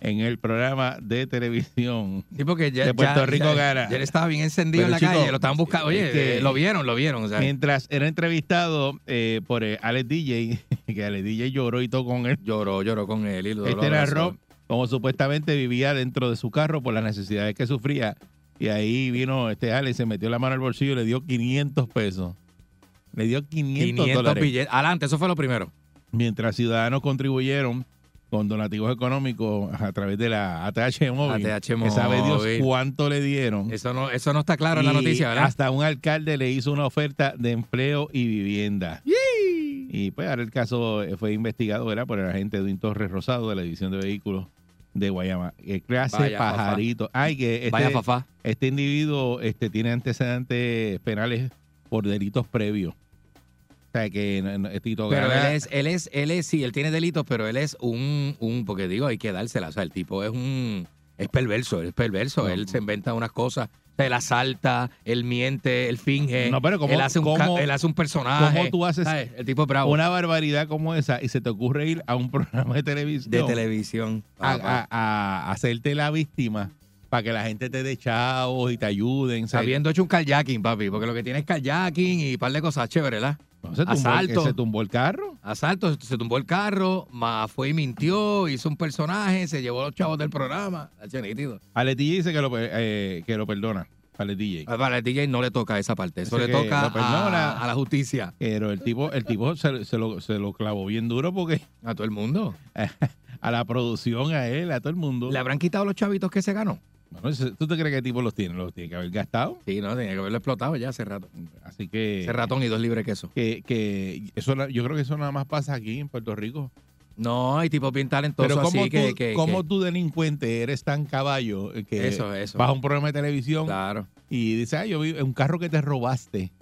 Speaker 3: en el programa de televisión.
Speaker 4: Sí, porque ya,
Speaker 3: de Puerto
Speaker 4: ya-
Speaker 3: Rico
Speaker 4: ya-
Speaker 3: gana.
Speaker 4: ya él estaba bien encendido
Speaker 3: Pero,
Speaker 4: en la
Speaker 3: chico,
Speaker 4: calle, lo estaban buscando. Oye,
Speaker 3: es que-
Speaker 4: eh, lo vieron, lo vieron. O sea,
Speaker 3: Mientras era entrevistado eh, por eh, Alex DJ, que Alex DJ lloró y todo con él.
Speaker 4: lloró, lloró con él. Y lo, lo
Speaker 3: Este era
Speaker 4: abrazó.
Speaker 3: Rob, como supuestamente vivía dentro de su carro por las necesidades que sufría. Y ahí vino este Alex, se metió la mano al bolsillo y le dio 500 pesos. Le dio 500,
Speaker 4: 500
Speaker 3: dólares.
Speaker 4: billetes. Adelante, eso fue lo primero.
Speaker 3: mientras ciudadanos contribuyeron con donativos económicos a través de la ATH Móvil.
Speaker 4: ATH
Speaker 3: Que sabe Dios
Speaker 4: Móvil.
Speaker 3: cuánto le dieron.
Speaker 4: Eso no, eso no está claro en la
Speaker 3: Y
Speaker 4: noticia, ¿verdad?
Speaker 3: Hasta un alcalde le hizo una oferta de empleo y vivienda. Y pues ahora el caso eh, fue investigado ¿verdad? por el agente Edwin Torres Rosado de la División de Vehículos de Guayama. Eh, clase
Speaker 4: Vaya, fafá.
Speaker 3: pajarito. Ay, que
Speaker 4: Vaya
Speaker 3: este,
Speaker 4: fafá.
Speaker 3: este individuo este, tiene antecedentes penales por delitos previos. O sea que no- no- Tito
Speaker 4: Pero
Speaker 3: Gana-
Speaker 4: él es, él es, él es, sí, él tiene delitos, pero él es un, un, porque digo, hay que dársela. O sea, el tipo es un, es perverso, es perverso.
Speaker 3: No.
Speaker 4: Él se inventa unas cosas. O sea, él asalta, él miente, él finge.
Speaker 3: No, pero ¿cómo-
Speaker 4: él, hace un, ca-
Speaker 3: cómo-
Speaker 4: él hace un personaje.
Speaker 3: cómo tú haces
Speaker 4: ¿sabes? El tipo es bravo.
Speaker 3: una barbaridad como esa y se te ocurre ir a un programa de televisión
Speaker 4: de televisión.
Speaker 3: a,
Speaker 4: Papá.
Speaker 3: a- a hacerte la víctima para que la gente te dé chavos y te ayuden. ¿sabes?
Speaker 4: Habiendo hecho un kayaking, papi, porque lo que tiene es kayaking y un par de cosas chéveres, ¿verdad?
Speaker 3: No, se, tumbó, el-
Speaker 4: asalto.
Speaker 3: se tumbó el carro.
Speaker 4: Asalto, se tumbó el carro, ma, fue y mintió, hizo un personaje, se llevó a los chavos del programa. Hacho, nítido.
Speaker 3: Ale DJ dice que lo, per- eh, que lo perdona. Ale DJ.
Speaker 4: Ah, Para el DJ no le toca esa parte, eso
Speaker 3: Así
Speaker 4: le
Speaker 3: que
Speaker 4: toca
Speaker 3: la persona-
Speaker 4: a, a la justicia,
Speaker 3: Pero el tipo, el tipo se, se lo, se lo clavó bien duro porque
Speaker 4: a todo el mundo.
Speaker 3: a la producción, a él, a todo el mundo.
Speaker 4: ¿Le habrán quitado los chavitos que se ganó?
Speaker 3: Bueno, ese- ¿Tú te crees que el tipo los tiene? Los tiene que haber gastado.
Speaker 4: Sí, no, tenía que haberlo explotado ya hace rato.
Speaker 3: Así que.
Speaker 4: Ese ratón y dos libres queso.
Speaker 3: Que, que eso, na- yo creo que eso nada más pasa aquí en Puerto Rico.
Speaker 4: No, hay tipos bien talentosos
Speaker 3: Pero
Speaker 4: así
Speaker 3: como tú,
Speaker 4: que, que-
Speaker 3: cómo
Speaker 4: que-
Speaker 3: tú delincuente eres tan caballo eh, que
Speaker 4: Eso, eso.
Speaker 3: vas a un programa de televisión
Speaker 4: Claro.
Speaker 3: y dices, ah, yo vi un carro que te robaste.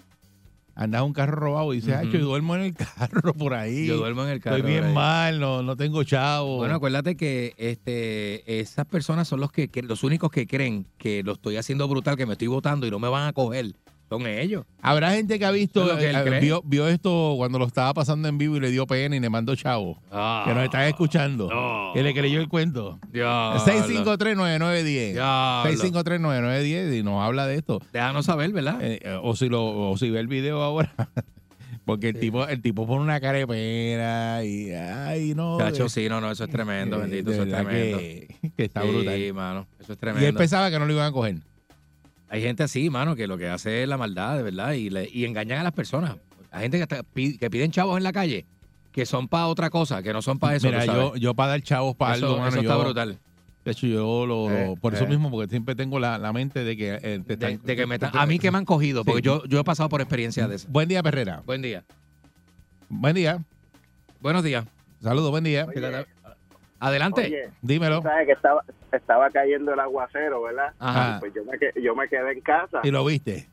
Speaker 3: Andas en un carro robado y dices, ah,
Speaker 4: Ujú.
Speaker 3: yo duermo en el carro por ahí.
Speaker 4: Yo duermo en el carro.
Speaker 3: Estoy bien
Speaker 4: ¿verdad?
Speaker 3: mal, no, no tengo chavo.
Speaker 4: Bueno, acuérdate que este, esas personas son los que cre- los únicos que creen que lo estoy haciendo brutal, que me estoy votando y no me van a coger. Son ellos.
Speaker 3: Habrá gente que ha visto,
Speaker 4: Eso es lo que él
Speaker 3: eh,
Speaker 4: cree.
Speaker 3: vio, vio esto cuando lo estaba pasando en vivo y le dio pena y le mandó chavo. Que nos están escuchando.
Speaker 4: Ah. no.
Speaker 3: Que le creyó el cuento.
Speaker 4: Diablo.
Speaker 3: 6539910.
Speaker 4: Diablo.
Speaker 3: 6539910 y nos habla de esto.
Speaker 4: Déjanos saber, ¿verdad?
Speaker 3: Eh, eh, o si lo o si ve el video ahora porque el tipo el tipo pone una cara de pena y ay no
Speaker 4: Cacho,
Speaker 3: de-
Speaker 4: sí, no, no, eso es tremendo,
Speaker 3: eh,
Speaker 4: bendito,
Speaker 3: de
Speaker 4: eso es
Speaker 3: verdad
Speaker 4: tremendo.
Speaker 3: que, que está
Speaker 4: Sí,
Speaker 3: brutal
Speaker 4: mano, eso es
Speaker 3: y él
Speaker 4: tremendo.
Speaker 3: pensaba que no lo iban a coger
Speaker 4: Hay gente así, mano, que lo que hace es la maldad, de verdad, y, le- y engañan a las personas. Hay gente que, hasta pi- que piden chavos en la calle, que son para otra cosa, que no son para eso.
Speaker 3: mira
Speaker 4: tú sabes.
Speaker 3: yo yo para dar chavos para
Speaker 4: eso,
Speaker 3: algo mano,
Speaker 4: eso está
Speaker 3: yo-
Speaker 4: brutal.
Speaker 3: de hecho yo lo, lo-
Speaker 4: Eh,
Speaker 3: por eso
Speaker 4: eh.
Speaker 3: mismo porque siempre tengo la, la mente de que eh, te
Speaker 4: De,
Speaker 3: están-
Speaker 4: de que me están- a mí que me han cogido, porque
Speaker 3: Sí.
Speaker 4: yo, yo he pasado por experiencia de eso.
Speaker 3: buen día Perrera
Speaker 4: Buen día.
Speaker 3: buen día
Speaker 4: Buenos días.
Speaker 3: saludos buen día
Speaker 4: Adelante.
Speaker 5: Oye,
Speaker 3: dímelo
Speaker 5: tú sabes que estaba, estaba cayendo el aguacero, ¿verdad?
Speaker 4: Ajá.
Speaker 5: Pues yo me, que- yo me quedé en casa
Speaker 3: y lo viste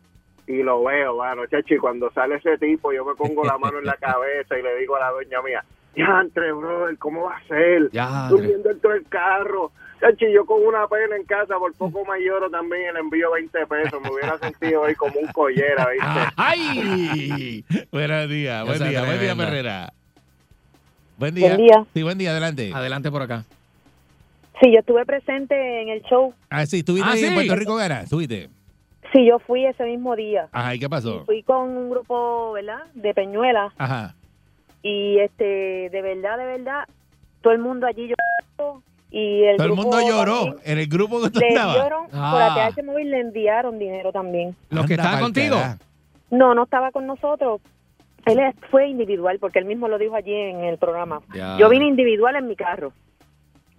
Speaker 5: y lo veo, mano, chachi, cuando sale ese tipo yo me pongo la mano en la cabeza y le digo a la doña mía, diantre, brother, ¿cómo va a ser?
Speaker 4: Ya.
Speaker 5: Tú viendo dentro del carro. Chachi, yo con una pena en casa, por poco
Speaker 4: Mm.
Speaker 5: me lloro también, le envío 20 pesos, me hubiera sentido hoy como un collera, ¿viste?
Speaker 4: ¡Ay!
Speaker 3: buen día buen
Speaker 4: Esa es
Speaker 3: día buen día
Speaker 4: tremenda.
Speaker 3: Perrera buen día
Speaker 9: Buen día.
Speaker 3: sí buen día adelante
Speaker 4: Adelante por acá.
Speaker 9: Sí, yo estuve presente en el show.
Speaker 3: Ah, sí, estuviste
Speaker 4: Ah,
Speaker 3: ahí en
Speaker 4: sí.
Speaker 3: Puerto Rico, Gara, estuviste.
Speaker 9: Sí, yo fui ese mismo día.
Speaker 3: Ajá, ¿y qué pasó?
Speaker 9: Fui con un grupo, ¿verdad? De Peñuela.
Speaker 3: Ajá.
Speaker 9: Y este, de verdad, de verdad,
Speaker 10: todo el mundo allí lloró y el
Speaker 3: Todo el
Speaker 10: grupo
Speaker 3: mundo lloró
Speaker 10: también.
Speaker 3: en el grupo que tú
Speaker 10: Le
Speaker 3: estabas.
Speaker 10: dieron,
Speaker 4: Ah.
Speaker 10: por ATH Móvil le enviaron dinero también.
Speaker 4: Los
Speaker 3: Anda
Speaker 4: que estaban
Speaker 3: pa'l
Speaker 4: contigo.
Speaker 3: carajo.
Speaker 10: No, no estaba con nosotros. Él es- fue individual, porque él mismo lo dijo allí en el programa.
Speaker 4: Ya.
Speaker 10: Yo vine individual en mi carro.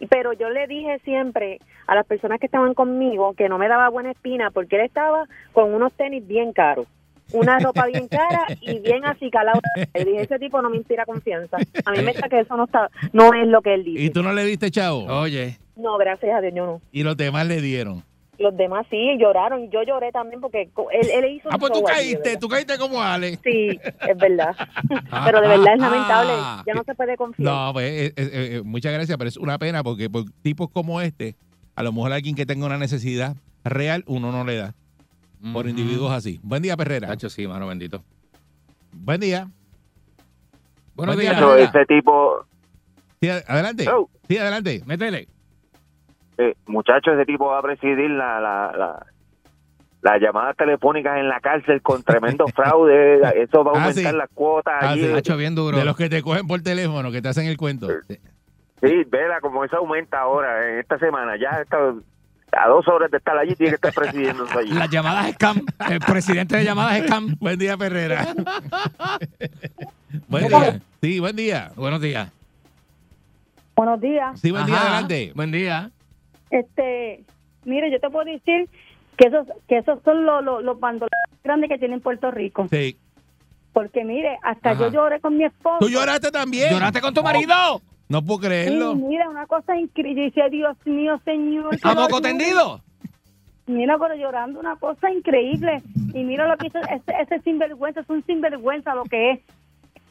Speaker 10: Y- Pero yo le dije siempre a las personas que estaban conmigo que no me daba buena espina porque él estaba con unos tenis bien caros, una ropa bien cara y bien acicalado. Y dije, ese tipo no me inspira confianza. A mí me está que eso no está, no es lo que él
Speaker 3: Y
Speaker 10: dice.
Speaker 3: tú no le diste chavo.
Speaker 4: Oye,
Speaker 10: No, gracias a Dios, yo no.
Speaker 3: Y los demás le dieron.
Speaker 10: Los demás sí lloraron y yo lloré también porque co- él, él hizo un
Speaker 3: Ah, pues tú
Speaker 10: show allí, de
Speaker 3: caíste,
Speaker 10: verdad.
Speaker 3: tú caíste como Ale.
Speaker 10: Sí, es verdad. Pero de verdad es lamentable.
Speaker 4: ah.
Speaker 10: Ya no se puede confiar.
Speaker 3: No, pues, eh, eh, eh, muchas gracias, pero es una pena porque por tipos como este, a lo mejor alguien que tenga una necesidad real, uno no le da. Por individuos así. Buen día, Perrera.
Speaker 4: Tacho, sí, mano bendito.
Speaker 3: Buen día.
Speaker 4: Buenos
Speaker 3: Buen día,
Speaker 4: días,
Speaker 3: Pero
Speaker 5: Pero
Speaker 4: Perrera.
Speaker 5: ese tipo,
Speaker 3: Sí, ad- adelante.
Speaker 5: Oh.
Speaker 3: Sí, adelante.
Speaker 4: Métele.
Speaker 5: eh, muchacho, ese tipo va a presidir la, la, la- las llamadas telefónicas en la cárcel con tremendo fraude. Eso va a
Speaker 3: Ah,
Speaker 5: aumentar
Speaker 3: sí.
Speaker 5: las cuotas
Speaker 3: Ah,
Speaker 5: allí.
Speaker 3: sí.
Speaker 4: Tacho, bien duro.
Speaker 3: De los que te cogen por teléfono, que te hacen el cuento.
Speaker 5: Sí, vela como eso aumenta ahora, en esta semana. Ya está, a dos horas de estar allí tiene que estar presidiendo eso allí.
Speaker 4: Las llamadas scam. El presidente de llamadas scam.
Speaker 3: Buen día, Perrera. buen día. Sí, buen día.
Speaker 4: Buenos días.
Speaker 10: Buenos días.
Speaker 3: Sí, buen día,
Speaker 4: Ajá.
Speaker 3: adelante.
Speaker 4: Buen día.
Speaker 10: Este, mire, yo te puedo decir que esos, que esos son los, los, los bandoleros grandes que tiene Puerto Rico.
Speaker 3: Sí.
Speaker 10: Porque mire, hasta
Speaker 4: Ajá.
Speaker 10: yo lloré con mi esposo.
Speaker 3: Tú lloraste también.
Speaker 4: ¿Lloraste con tu marido?
Speaker 3: No puedo
Speaker 10: Sí,
Speaker 3: creerlo.
Speaker 10: mira, una cosa increíble. Dice, Dios mío, Señor.
Speaker 4: ¿A
Speaker 10: que lo
Speaker 4: moco
Speaker 10: ayude".
Speaker 4: tendido?
Speaker 10: Mira, pero llorando, una cosa increíble. Y mira lo que hizo ese, ese sinvergüenza, es un sinvergüenza lo que es.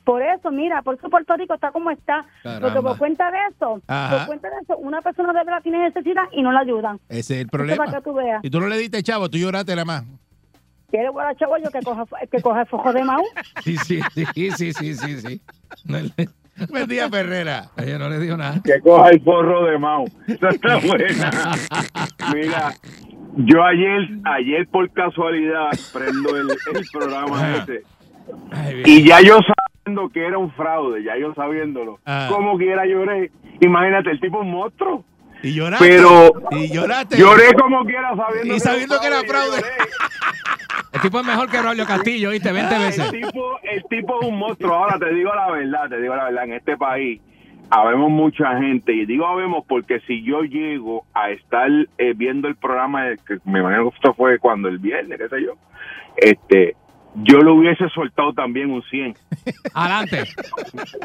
Speaker 10: Por eso, mira, por eso Puerto Rico está como está. Porque
Speaker 3: Caramba.
Speaker 10: por cuenta de eso,
Speaker 3: Ajá.
Speaker 10: por cuenta de eso, una persona de verdad tiene necesidad y no la ayudan.
Speaker 3: Ese es el
Speaker 10: Eso
Speaker 3: problema.
Speaker 10: para que tú veas.
Speaker 3: Y tú no le diste chavo, tú lloraste nada más.
Speaker 10: Quiere guaracho yo que coja, que coja el fojo de Mau.
Speaker 4: Sí, sí, sí, sí, sí, sí. sí. No, le-
Speaker 3: Buen día, Ferrera.
Speaker 4: ella no le dijo nada.
Speaker 11: Que coja el forro de Mau. Esa está buena. Mira, yo ayer, ayer por casualidad prendo el, el programa ese.
Speaker 4: Ay, bien.
Speaker 11: Y ya yo sabiendo que era un fraude, ya yo sabiéndolo,
Speaker 3: Ah.
Speaker 11: como quiera lloré. Imagínate, el tipo es un monstruo.
Speaker 3: Y lloraste.
Speaker 11: Pero
Speaker 3: Y lloraste.
Speaker 11: lloré como quiera sabiendo
Speaker 3: Y sabiendo que era
Speaker 11: un
Speaker 3: fraude.
Speaker 4: El tipo es mejor que Braulio Castillo, ¿viste? 20
Speaker 11: Ay,
Speaker 4: veces.
Speaker 11: Ah, El tipo, el tipo es un monstruo. Ahora te digo la verdad, te digo la verdad, en este país habemos mucha gente y digo habemos porque si yo llego a estar eh, viendo el programa, de- que me imagino que esto fue cuando el viernes, qué sé yo, este, yo lo hubiese soltado también un 100.
Speaker 4: Adelante.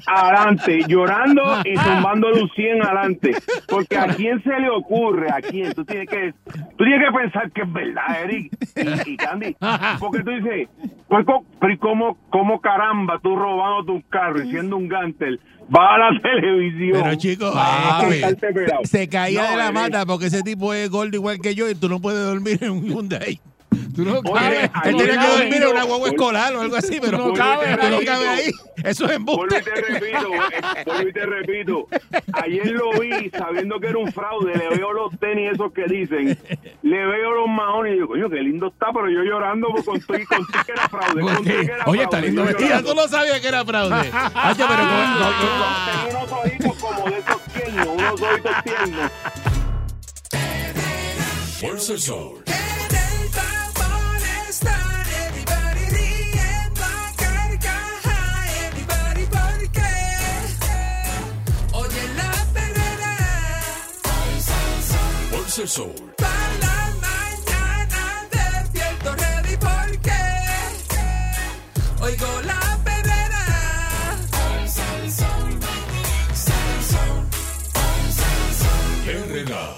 Speaker 11: Adelante, llorando
Speaker 3: Ah.
Speaker 11: y tumbándole un 100 adelante. Porque a quién se le ocurre, a quién, tú tienes que, tú tienes que pensar que es verdad, Eric y, y Candy. Porque tú dices, pues, co- pero ¿y cómo, cómo caramba tú robándote un carro y siendo un gantel? Va a la televisión.
Speaker 3: Pero chicos,
Speaker 11: a
Speaker 3: eh,
Speaker 11: cantarte pelado.
Speaker 3: se caía
Speaker 11: No,
Speaker 3: de la
Speaker 11: Eric.
Speaker 3: mata porque ese tipo es gordo igual que yo y tú no puedes dormir en un Hyundai.
Speaker 4: Tú no
Speaker 11: Oye,
Speaker 4: cabes.
Speaker 3: Él
Speaker 11: ayer
Speaker 3: tiene que
Speaker 11: estaba
Speaker 3: dormir en
Speaker 11: viendo-
Speaker 3: una guagua escolar o algo así, pero
Speaker 4: no cabes,
Speaker 3: tú no
Speaker 11: Eric.
Speaker 3: cabes ahí. Eso es
Speaker 11: Vuelvo
Speaker 3: embuste.
Speaker 11: y te repito, eh, vuelvo y te repito. Ayer lo vi sabiendo que era un fraude. Le veo los tenis esos que dicen. Le veo los maones y digo, coño, qué lindo está, pero yo llorando porque con tu- con tu que era fraude. con tu que era
Speaker 4: Oye, está
Speaker 11: fraude,
Speaker 4: lindo
Speaker 11: yo
Speaker 4: vestido.
Speaker 3: Ya
Speaker 11: llorando.
Speaker 3: tú no sabías que era fraude. Ay, pero con- con- con-
Speaker 11: Tenía unos ojitos como
Speaker 3: con-
Speaker 11: de esos tiernos, unos ojitos tiernos.
Speaker 1: Fuerza el sol.
Speaker 2: En el tapón están everybody riendo a carcaja, everybody porque oye la perrera.
Speaker 1: Fuerza el sol.
Speaker 2: Para la mañana despierto ready porque oigo la perrera.
Speaker 1: Herrera.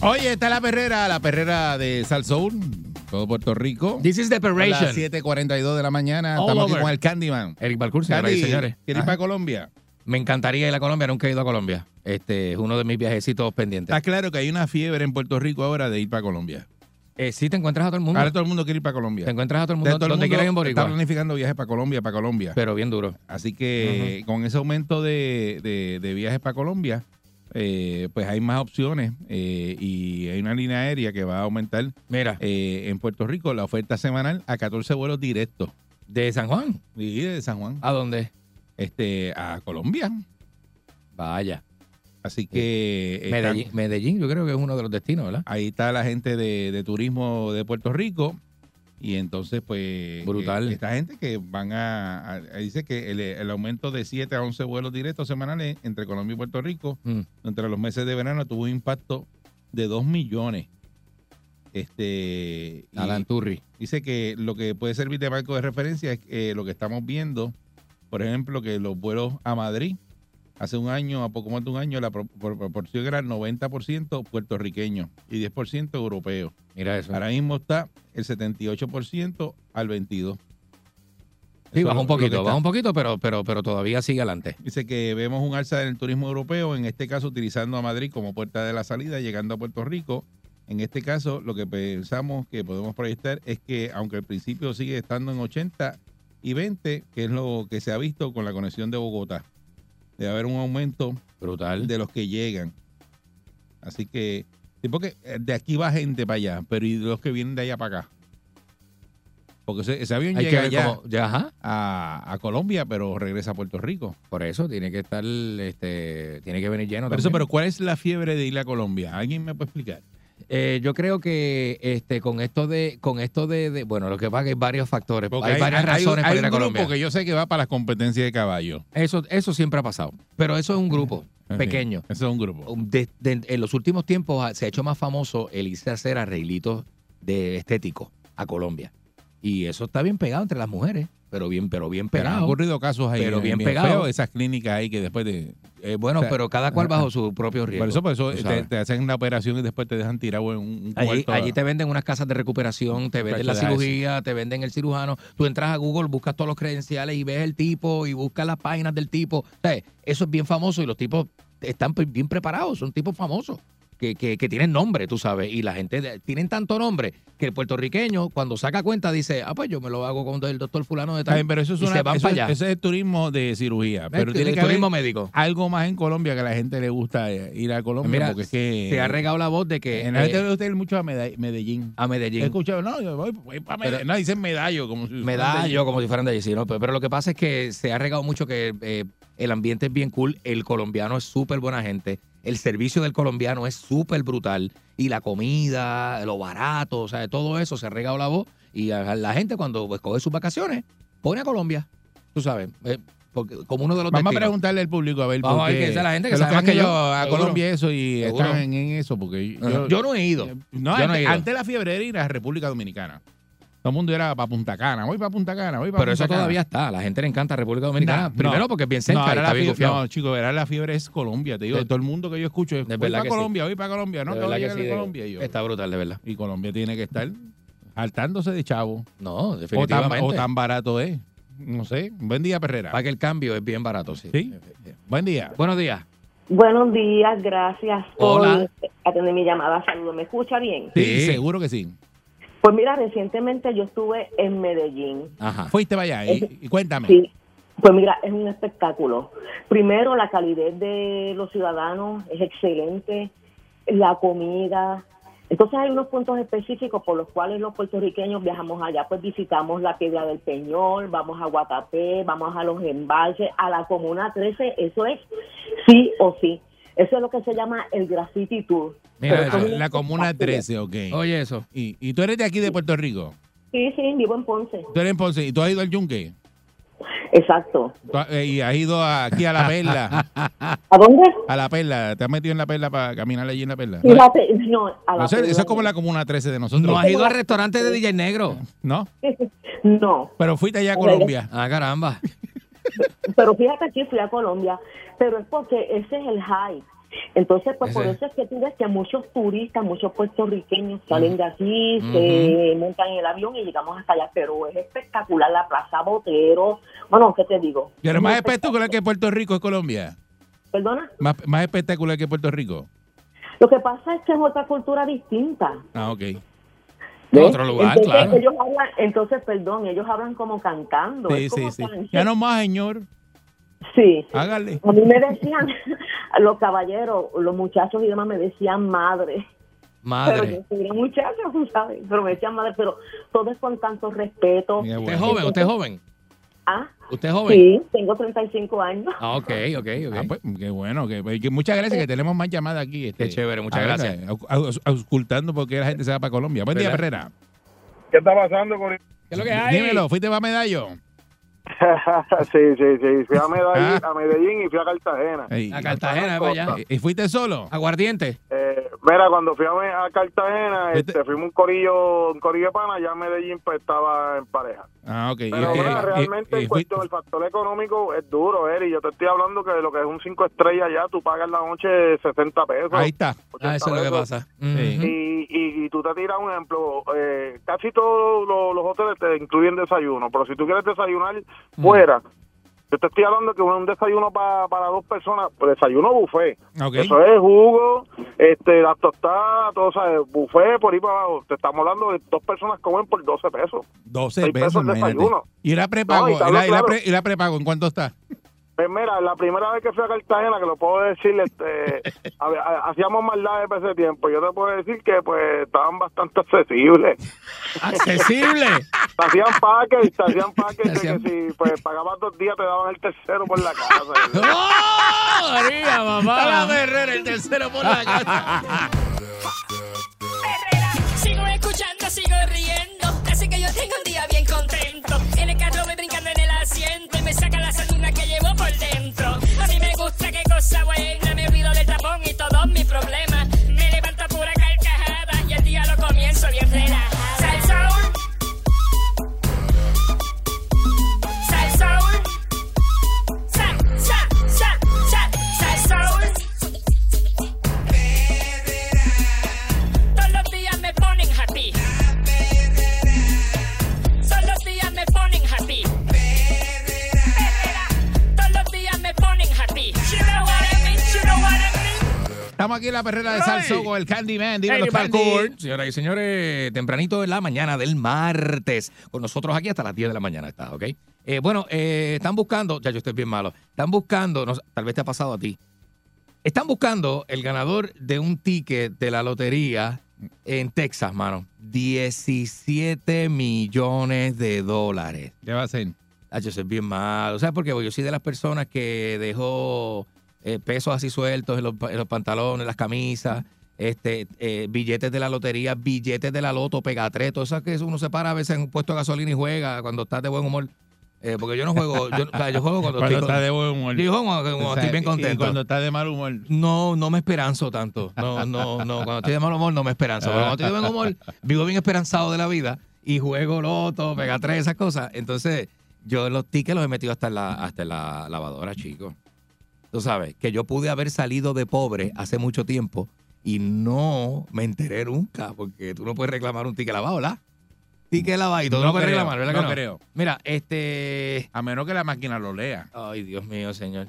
Speaker 3: Oye, está la perrera, la perrera de Salsoul, todo Puerto Rico.
Speaker 4: This is
Speaker 3: A las
Speaker 4: Deparation.
Speaker 3: 7.42 de la mañana.
Speaker 4: All
Speaker 3: Estamos aquí
Speaker 4: over.
Speaker 3: con el Candyman.
Speaker 4: Eric Balcour, señoras y
Speaker 3: Candy,
Speaker 4: señores.
Speaker 3: ¿Quieres ir
Speaker 4: Ah,
Speaker 3: para Colombia?
Speaker 4: Me encantaría ir a Colombia, nunca he ido a Colombia. Este es uno de mis viajecitos pendientes.
Speaker 3: Está claro que hay una fiebre en Puerto Rico ahora de ir para Colombia.
Speaker 4: Eh, sí, te encuentras a todo el mundo.
Speaker 3: Ahora todo el mundo quiere ir para Colombia.
Speaker 4: Te encuentras a todo el
Speaker 3: Entonces,
Speaker 4: mundo.
Speaker 3: todo el
Speaker 4: donde
Speaker 3: mundo
Speaker 4: quiera hay un
Speaker 3: está
Speaker 4: boricua.
Speaker 3: planificando viajes para Colombia, para Colombia.
Speaker 4: Pero bien duro.
Speaker 3: Así que con ese aumento de, de- de viajes para Colombia, eh, eh, pues hay más opciones eh, y hay una línea aérea que va a aumentar
Speaker 4: Mira,
Speaker 3: eh, en Puerto Rico la oferta semanal a 14 vuelos directos
Speaker 4: de San Juan.
Speaker 3: y de San Juan
Speaker 4: ¿A dónde?
Speaker 3: este, a Colombia.
Speaker 4: Vaya.
Speaker 3: Así que eh, están-
Speaker 4: Medellín, Medellín, yo creo que es uno de los destinos, ¿verdad?
Speaker 3: ahí está la gente de, de turismo de Puerto Rico. Y entonces, pues.
Speaker 4: Brutal.
Speaker 3: eh, Esta gente que van a. a- a- dice que el, el aumento de 7 a 11 vuelos directos semanales entre Colombia y Puerto Rico
Speaker 4: Mm.
Speaker 3: entre los meses de verano tuvo un impacto de 2 millones. Este. y-
Speaker 4: Alan Turri.
Speaker 3: Dice que lo que puede servir de marco de referencia es eh, lo que estamos viendo, por ejemplo, que los vuelos a Madrid, hace un año, a poco más de un año, la pro- pro- proporción era 90% puertorriqueño y 10% europeo.
Speaker 4: Mira eso.
Speaker 3: Ahora mismo está el 78% al 22%.
Speaker 4: Sí,
Speaker 3: Eso
Speaker 4: baja
Speaker 3: es
Speaker 4: un
Speaker 3: lo- lo que
Speaker 4: poquito,
Speaker 3: está.
Speaker 4: baja un poquito, pero, pero, pero todavía sigue adelante.
Speaker 3: Dice que vemos un alza del turismo europeo, en este caso utilizando a Madrid como puerta de la salida, llegando a Puerto Rico. En este caso, lo que pensamos que podemos proyectar es que, aunque al principio sigue estando en 80 y 20, que es lo que se ha visto con la conexión de Bogotá, debe haber un aumento
Speaker 4: Brutal.
Speaker 3: de los que llegan. Así que, sí, porque eh, de aquí va gente para allá, pero ¿y los que vienen de allá para acá? Porque ese, ese avión
Speaker 4: Hay que
Speaker 3: llega
Speaker 4: ver
Speaker 3: allá
Speaker 4: cómo. ya, ajá.
Speaker 3: a, a Colombia, pero regresa a Puerto Rico.
Speaker 4: Por eso tiene que estar, este, tiene que venir lleno.
Speaker 3: Por eso,
Speaker 4: también.
Speaker 3: pero ¿cuál es la fiebre de ir a Colombia? ¿Alguien me puede explicar?
Speaker 4: Eh, yo creo que este, con esto de, con esto de, de- bueno, lo que pasa es que hay varios factores, hay, varias razones para ir a Colombia.
Speaker 3: Porque yo sé que va para las competencias de caballo.
Speaker 4: Eso, eso siempre ha pasado. Pero eso es un grupo pequeño. Um,
Speaker 3: Ese es un grupo.
Speaker 4: De- de- en los últimos tiempos ah, se ha hecho más famoso el irse a hacer arreglitos de estéticos a Colombia. Y eso está bien pegado entre las mujeres, pero bien, pero bien
Speaker 3: Pero han
Speaker 4: pegado.
Speaker 3: ocurrido casos ahí.
Speaker 4: Pero
Speaker 3: eh,
Speaker 4: bien pegado.
Speaker 3: feos, esas clínicas ahí que después de.
Speaker 4: Eh, bueno,
Speaker 3: O sea,
Speaker 4: pero cada cual bajo su propio riesgo.
Speaker 3: Por eso, por eso eh,
Speaker 4: tú
Speaker 3: te,
Speaker 4: sabes.
Speaker 3: te hacen una operación y después te dejan tirado en un un
Speaker 4: Allí,
Speaker 3: cuarto.
Speaker 4: allí te venden unas casas de recuperación, te venden la
Speaker 3: Muchacho, deja
Speaker 4: cirugía, te venden el cirujano. Tú entras a Google, buscas todos los credenciales y ves el tipo y buscas las páginas del tipo. ¿Sabes? Eso es bien famoso y los tipos están pre- bien preparados, son tipos famosos. Que, que- que tienen nombre, tú sabes, y la gente de- tienen tanto nombre que el puertorriqueño cuando saca cuenta dice, ah, pues yo me lo hago con el doctor fulano de
Speaker 3: Está
Speaker 4: tal.
Speaker 3: bien, pero eso es
Speaker 4: y
Speaker 3: una-
Speaker 4: se van
Speaker 3: eso,
Speaker 4: para allá.
Speaker 3: Ese es el turismo de cirugía. Pero
Speaker 4: El-
Speaker 3: tiene
Speaker 4: el
Speaker 3: que haber
Speaker 4: turismo médico.
Speaker 3: algo más en Colombia que a la gente le gusta eh, ir a Colombia.
Speaker 4: Mira,
Speaker 3: porque es que.
Speaker 4: Se ha regado la voz de que
Speaker 3: en la gente
Speaker 4: eh,
Speaker 3: le gusta ir mucho a Meda- Medellín.
Speaker 4: a
Speaker 3: He
Speaker 4: Medellín
Speaker 3: escuchado, no, yo voy, voy para
Speaker 4: Pero-
Speaker 3: Medellín. no, dicen medallo. Como si fuera
Speaker 4: Medallo, como si fueran de allí, sí, ¿no? Pero, pero lo que pasa es que se ha regado mucho que eh, el ambiente es bien cool, el colombiano es súper buena gente, el servicio del colombiano es súper brutal, y la comida, lo barato, o sea, de todo eso se ha regado la voz, y a- a la gente cuando pues, coge sus vacaciones, pone a Colombia, tú sabes, eh, porque, como uno de los
Speaker 3: Vamos a
Speaker 4: destinos.
Speaker 3: preguntarle al público a ver.
Speaker 4: Vamos a
Speaker 3: por
Speaker 4: ver
Speaker 3: qué.
Speaker 4: qué dice la gente que
Speaker 3: Pero
Speaker 4: sabe más
Speaker 3: han
Speaker 4: que
Speaker 3: ido
Speaker 4: yo,
Speaker 3: A
Speaker 4: seguro.
Speaker 3: Colombia y eso y
Speaker 4: Seguro.
Speaker 3: están en, en eso porque
Speaker 4: Ajá. yo, no he ido.
Speaker 3: no,
Speaker 4: yo no he
Speaker 3: antes,
Speaker 4: ido.
Speaker 3: antes la fiebre era ir a República Dominicana. Todo el mundo era para Punta Cana, voy para Punta Cana, voy para
Speaker 4: Pero eso todavía está, la gente le encanta República Dominicana.
Speaker 3: No,
Speaker 4: Primero
Speaker 3: no.
Speaker 4: porque es bien
Speaker 3: no,
Speaker 4: cerca, y
Speaker 3: ahora
Speaker 4: está
Speaker 3: la
Speaker 4: bien
Speaker 3: fiebre,
Speaker 4: confiado.
Speaker 3: no, chicos, ahora la fiebre es Colombia, te digo,
Speaker 4: De-
Speaker 3: todo el mundo que yo escucho es,
Speaker 4: de
Speaker 3: voy
Speaker 4: verdad
Speaker 3: para
Speaker 4: que sí.
Speaker 3: Colombia, voy para Colombia, no,
Speaker 4: De
Speaker 3: que voy
Speaker 4: verdad
Speaker 3: a
Speaker 4: que
Speaker 3: llegar
Speaker 4: sí,
Speaker 3: a
Speaker 4: de-
Speaker 3: Colombia y yo.
Speaker 4: Está brutal, de verdad.
Speaker 3: Y Colombia tiene que estar saltándose de chavo.
Speaker 4: No,
Speaker 3: O tan,
Speaker 4: definitivamente.
Speaker 3: o tan barato es. No sé. Buen día, Perrera.
Speaker 4: Para que el cambio es bien barato, sí.
Speaker 3: Sí. Buen día.
Speaker 4: Buenos días.
Speaker 9: Buenos días, gracias
Speaker 4: Hola.
Speaker 9: por atender mi llamada. Saludos, ¿me escucha bien?
Speaker 3: Sí,
Speaker 4: Sí.
Speaker 3: seguro que sí.
Speaker 9: Pues mira, recientemente yo estuve en Medellín.
Speaker 4: Ajá.
Speaker 3: Fuiste para allá y, y cuéntame.
Speaker 9: Sí. Pues mira, es un espectáculo. Primero, la calidez de los ciudadanos es excelente, la comida. Entonces hay unos puntos específicos por los cuales los puertorriqueños viajamos allá, pues visitamos la Piedra del Peñol, vamos a Guatapé, vamos a los embalses, a la Comuna 13, eso es sí o sí. Eso es lo que se llama el graffiti tour.
Speaker 4: Mira
Speaker 9: Pero Ah,
Speaker 4: eso,
Speaker 9: es un
Speaker 3: La comuna
Speaker 9: espectáculo.
Speaker 3: 13, ok.
Speaker 4: Oye, eso.
Speaker 3: Y, y tú eres de aquí de Puerto Rico.
Speaker 9: Sí, sí, vivo en Ponce.
Speaker 3: Tú eres en Ponce y tú has ido al Yunque.
Speaker 9: Exacto.
Speaker 3: Tú has- eh, y has ido a- aquí a la perla.
Speaker 9: ¿A dónde?
Speaker 3: A la perla. Te has metido en la perla para caminar allí en la perla.
Speaker 9: Fíjate, no, a la
Speaker 3: O sea, eso
Speaker 9: Piedra.
Speaker 3: es como la comuna 13 de nosotros.
Speaker 4: No has ido al restaurante de DJ Negro.
Speaker 3: ¿No?
Speaker 9: No,
Speaker 3: Pero fuiste allá a Colombia.
Speaker 4: Ah, caramba.
Speaker 9: pero fíjate que fui a Colombia, pero es porque ese es el high. Entonces, pues por
Speaker 4: Ese-
Speaker 9: eso es que tú ves que muchos turistas, muchos puertorriqueños
Speaker 3: Mm.
Speaker 9: salen de aquí, se montan en el avión y llegamos hasta allá, pero es espectacular la Plaza Botero. Bueno, ¿qué te digo?
Speaker 3: Y ahora,
Speaker 9: Muy
Speaker 3: más
Speaker 12: pues,
Speaker 3: espectacular que Puerto Rico es Colombia.
Speaker 9: Perdona,
Speaker 3: Más, más espectacular que Puerto Rico.
Speaker 9: lo que pasa es que es otra cultura distinta.
Speaker 3: Ah, ok.
Speaker 9: ¿ves?
Speaker 4: Otro lugar,
Speaker 9: entonces,
Speaker 4: claro.
Speaker 9: ellos hablan, entonces, perdón, ellos hablan como cantando.
Speaker 3: Sí,
Speaker 9: es
Speaker 3: sí,
Speaker 9: como
Speaker 3: sí.
Speaker 9: canción.
Speaker 3: Ya no más, señor.
Speaker 9: Sí.
Speaker 3: Hágale.
Speaker 9: A mí me decían, los caballeros, los muchachos y demás me decían madre. Pero
Speaker 4: Madre.
Speaker 9: yo soy una muchacha, ¿sabes? Pero me decían madre, pero todo es con tanto respeto.
Speaker 3: Mi
Speaker 4: Usted
Speaker 3: abuela.
Speaker 4: es joven, usted es joven.
Speaker 9: Ah,
Speaker 4: Usted es joven.
Speaker 9: sí, tengo 35 años.
Speaker 4: Ah, ok, ok, ok.
Speaker 3: Ah, pues, qué bueno. Que, pues, que muchas gracias, que tenemos más llamadas aquí. este.
Speaker 4: Qué chévere, muchas
Speaker 3: A ver,
Speaker 4: gracias.
Speaker 3: au- au- Auscultando por qué la gente se va para Colombia. Buen día,
Speaker 4: ¿Verdad?
Speaker 3: Herrera.
Speaker 11: ¿Qué está pasando con
Speaker 4: ¿Qué es lo que hay?
Speaker 3: Dímelo, fuiste para Medallo.
Speaker 12: sí, sí, sí. Fui a Medellín,
Speaker 3: Ah. Eh,
Speaker 12: a Medellín y fui a Cartagena.
Speaker 3: Ey,
Speaker 4: A Cartagena, para allá.
Speaker 3: ¿Y y fuiste solo?
Speaker 4: Aguardiente.
Speaker 12: Eh, mira, cuando fui a, Me- a Cartagena,
Speaker 3: Este-
Speaker 12: este, fuimos un corillo, un corillo de pana, ya en Medellín pues, estaba en pareja.
Speaker 3: Ah, ok. Y-
Speaker 12: Pero
Speaker 3: y-
Speaker 12: mira,
Speaker 3: y-
Speaker 12: realmente pues, el,
Speaker 3: y- y
Speaker 12: cuento,
Speaker 3: fui-
Speaker 12: el factor económico es duro, Eri. Yo te estoy hablando que de lo que es un 5 estrellas ya, tú pagas la noche 60 pesos.
Speaker 3: Ahí está.
Speaker 12: 80
Speaker 4: Ah, eso es lo que
Speaker 12: pesos.
Speaker 4: pasa.
Speaker 3: Sí.
Speaker 4: Ujú.
Speaker 12: Y, y, y tú te tiras un ejemplo, eh, casi todos los, los hoteles te incluyen desayuno, pero si tú quieres desayunar fuera, yo te estoy hablando que un desayuno pa- para dos personas, pues, desayuno buffet,
Speaker 3: Ok.
Speaker 12: eso es jugo, este, las tostadas, todo, ¿sabes? buffet por ahí para abajo, te estamos hablando de dos personas comen por 12 pesos.
Speaker 3: 12
Speaker 12: seis pesos
Speaker 3: pesos,
Speaker 12: el desayuno.
Speaker 3: imagínate. Y la prepago.
Speaker 12: No, y te
Speaker 3: y,
Speaker 12: hablo
Speaker 3: la, y la
Speaker 12: claro.
Speaker 3: pre- y la prepago. ¿En cuánto está?
Speaker 12: Pues mira, la primera vez que fui a Cartagena, que lo puedo decir, este, a ver, a- hacíamos maldades para ese tiempo, yo te puedo decir que pues estaban bastante accesibles.
Speaker 4: Accesible.
Speaker 12: Te hacían package, te hacían package
Speaker 4: Te hacían-
Speaker 12: de que si pues, pagabas dos días te daban el tercero por la casa.
Speaker 4: ¡Oh, María, mamá! la Herrera, el tercero por la casa.
Speaker 13: Sigo escuchando, sigo riendo. Así que yo tengo un día bien contento. En el carro voy brincando en el asiento y me saca la sanduna que llevo por dentro. A mí me gusta, qué cosa buena. Me olvido del tapón y todos mis problemas. Me levanto a pura carcajada y el día lo comienzo bien relajada. Sal Soul. Sal Soul. Sal, sal, sal, sal, sal Soul. Todos los días me ponen happy. Todos los días me ponen happy. Perrera. Todos los días me ponen happy. You know what I mean, you know what I mean.
Speaker 3: Estamos aquí en la perrera de Salso con el Candyman. Dímelo,
Speaker 4: Hey,
Speaker 3: Candy.
Speaker 4: parkour. Señoras y señores, tempranito en la mañana del martes. Con nosotros aquí hasta las 10 de la mañana está, ¿ok? Eh, bueno, eh, están buscando, ya yo estoy bien malo, están buscando, no sé, tal vez te ha pasado a ti, están buscando el ganador de un ticket de la lotería en Texas, mano. 17 millones de dólares.
Speaker 3: ¿Qué va a hacer?
Speaker 4: Ah, yo soy bien malo. ¿Sabes por qué? Porque yo soy de las personas que dejó eh, pesos así sueltos en los, pa- en los pantalones, en las camisas, este, eh, billetes de la lotería, billetes de la loto, pegatreto. Esas que uno se para a veces en un puesto de gasolina y juega cuando estás de buen humor. Eh, porque yo no juego, yo, o sea, yo juego cuando,
Speaker 3: Cuando
Speaker 4: estoy,
Speaker 3: está de buen humor.
Speaker 4: yo juego cuando- cuando
Speaker 3: O sea,
Speaker 4: estoy bien
Speaker 3: y-
Speaker 4: contento.
Speaker 3: Y cuando está de mal humor.
Speaker 4: No, no me esperanzo tanto. No, no, no. Cuando estoy de mal humor, no me esperanzo. Pero cuando estoy de buen humor, vivo bien esperanzado de la vida y juego loto, pega tres, esas cosas. Entonces, yo los tickets los he metido hasta en la, hasta en la lavadora, chicos. Tú sabes, que yo pude haber salido de pobre hace mucho tiempo y no me enteré nunca, porque tú no puedes reclamar un ticket lavado, ¿verdad? Ticket lavado y tú no,
Speaker 3: No
Speaker 4: puedes
Speaker 3: creo,
Speaker 4: reclamar, ¿verdad? que
Speaker 3: no creo.
Speaker 4: Mira, este.
Speaker 3: A menos que la máquina lo lea.
Speaker 4: Ay, Dios mío, señor.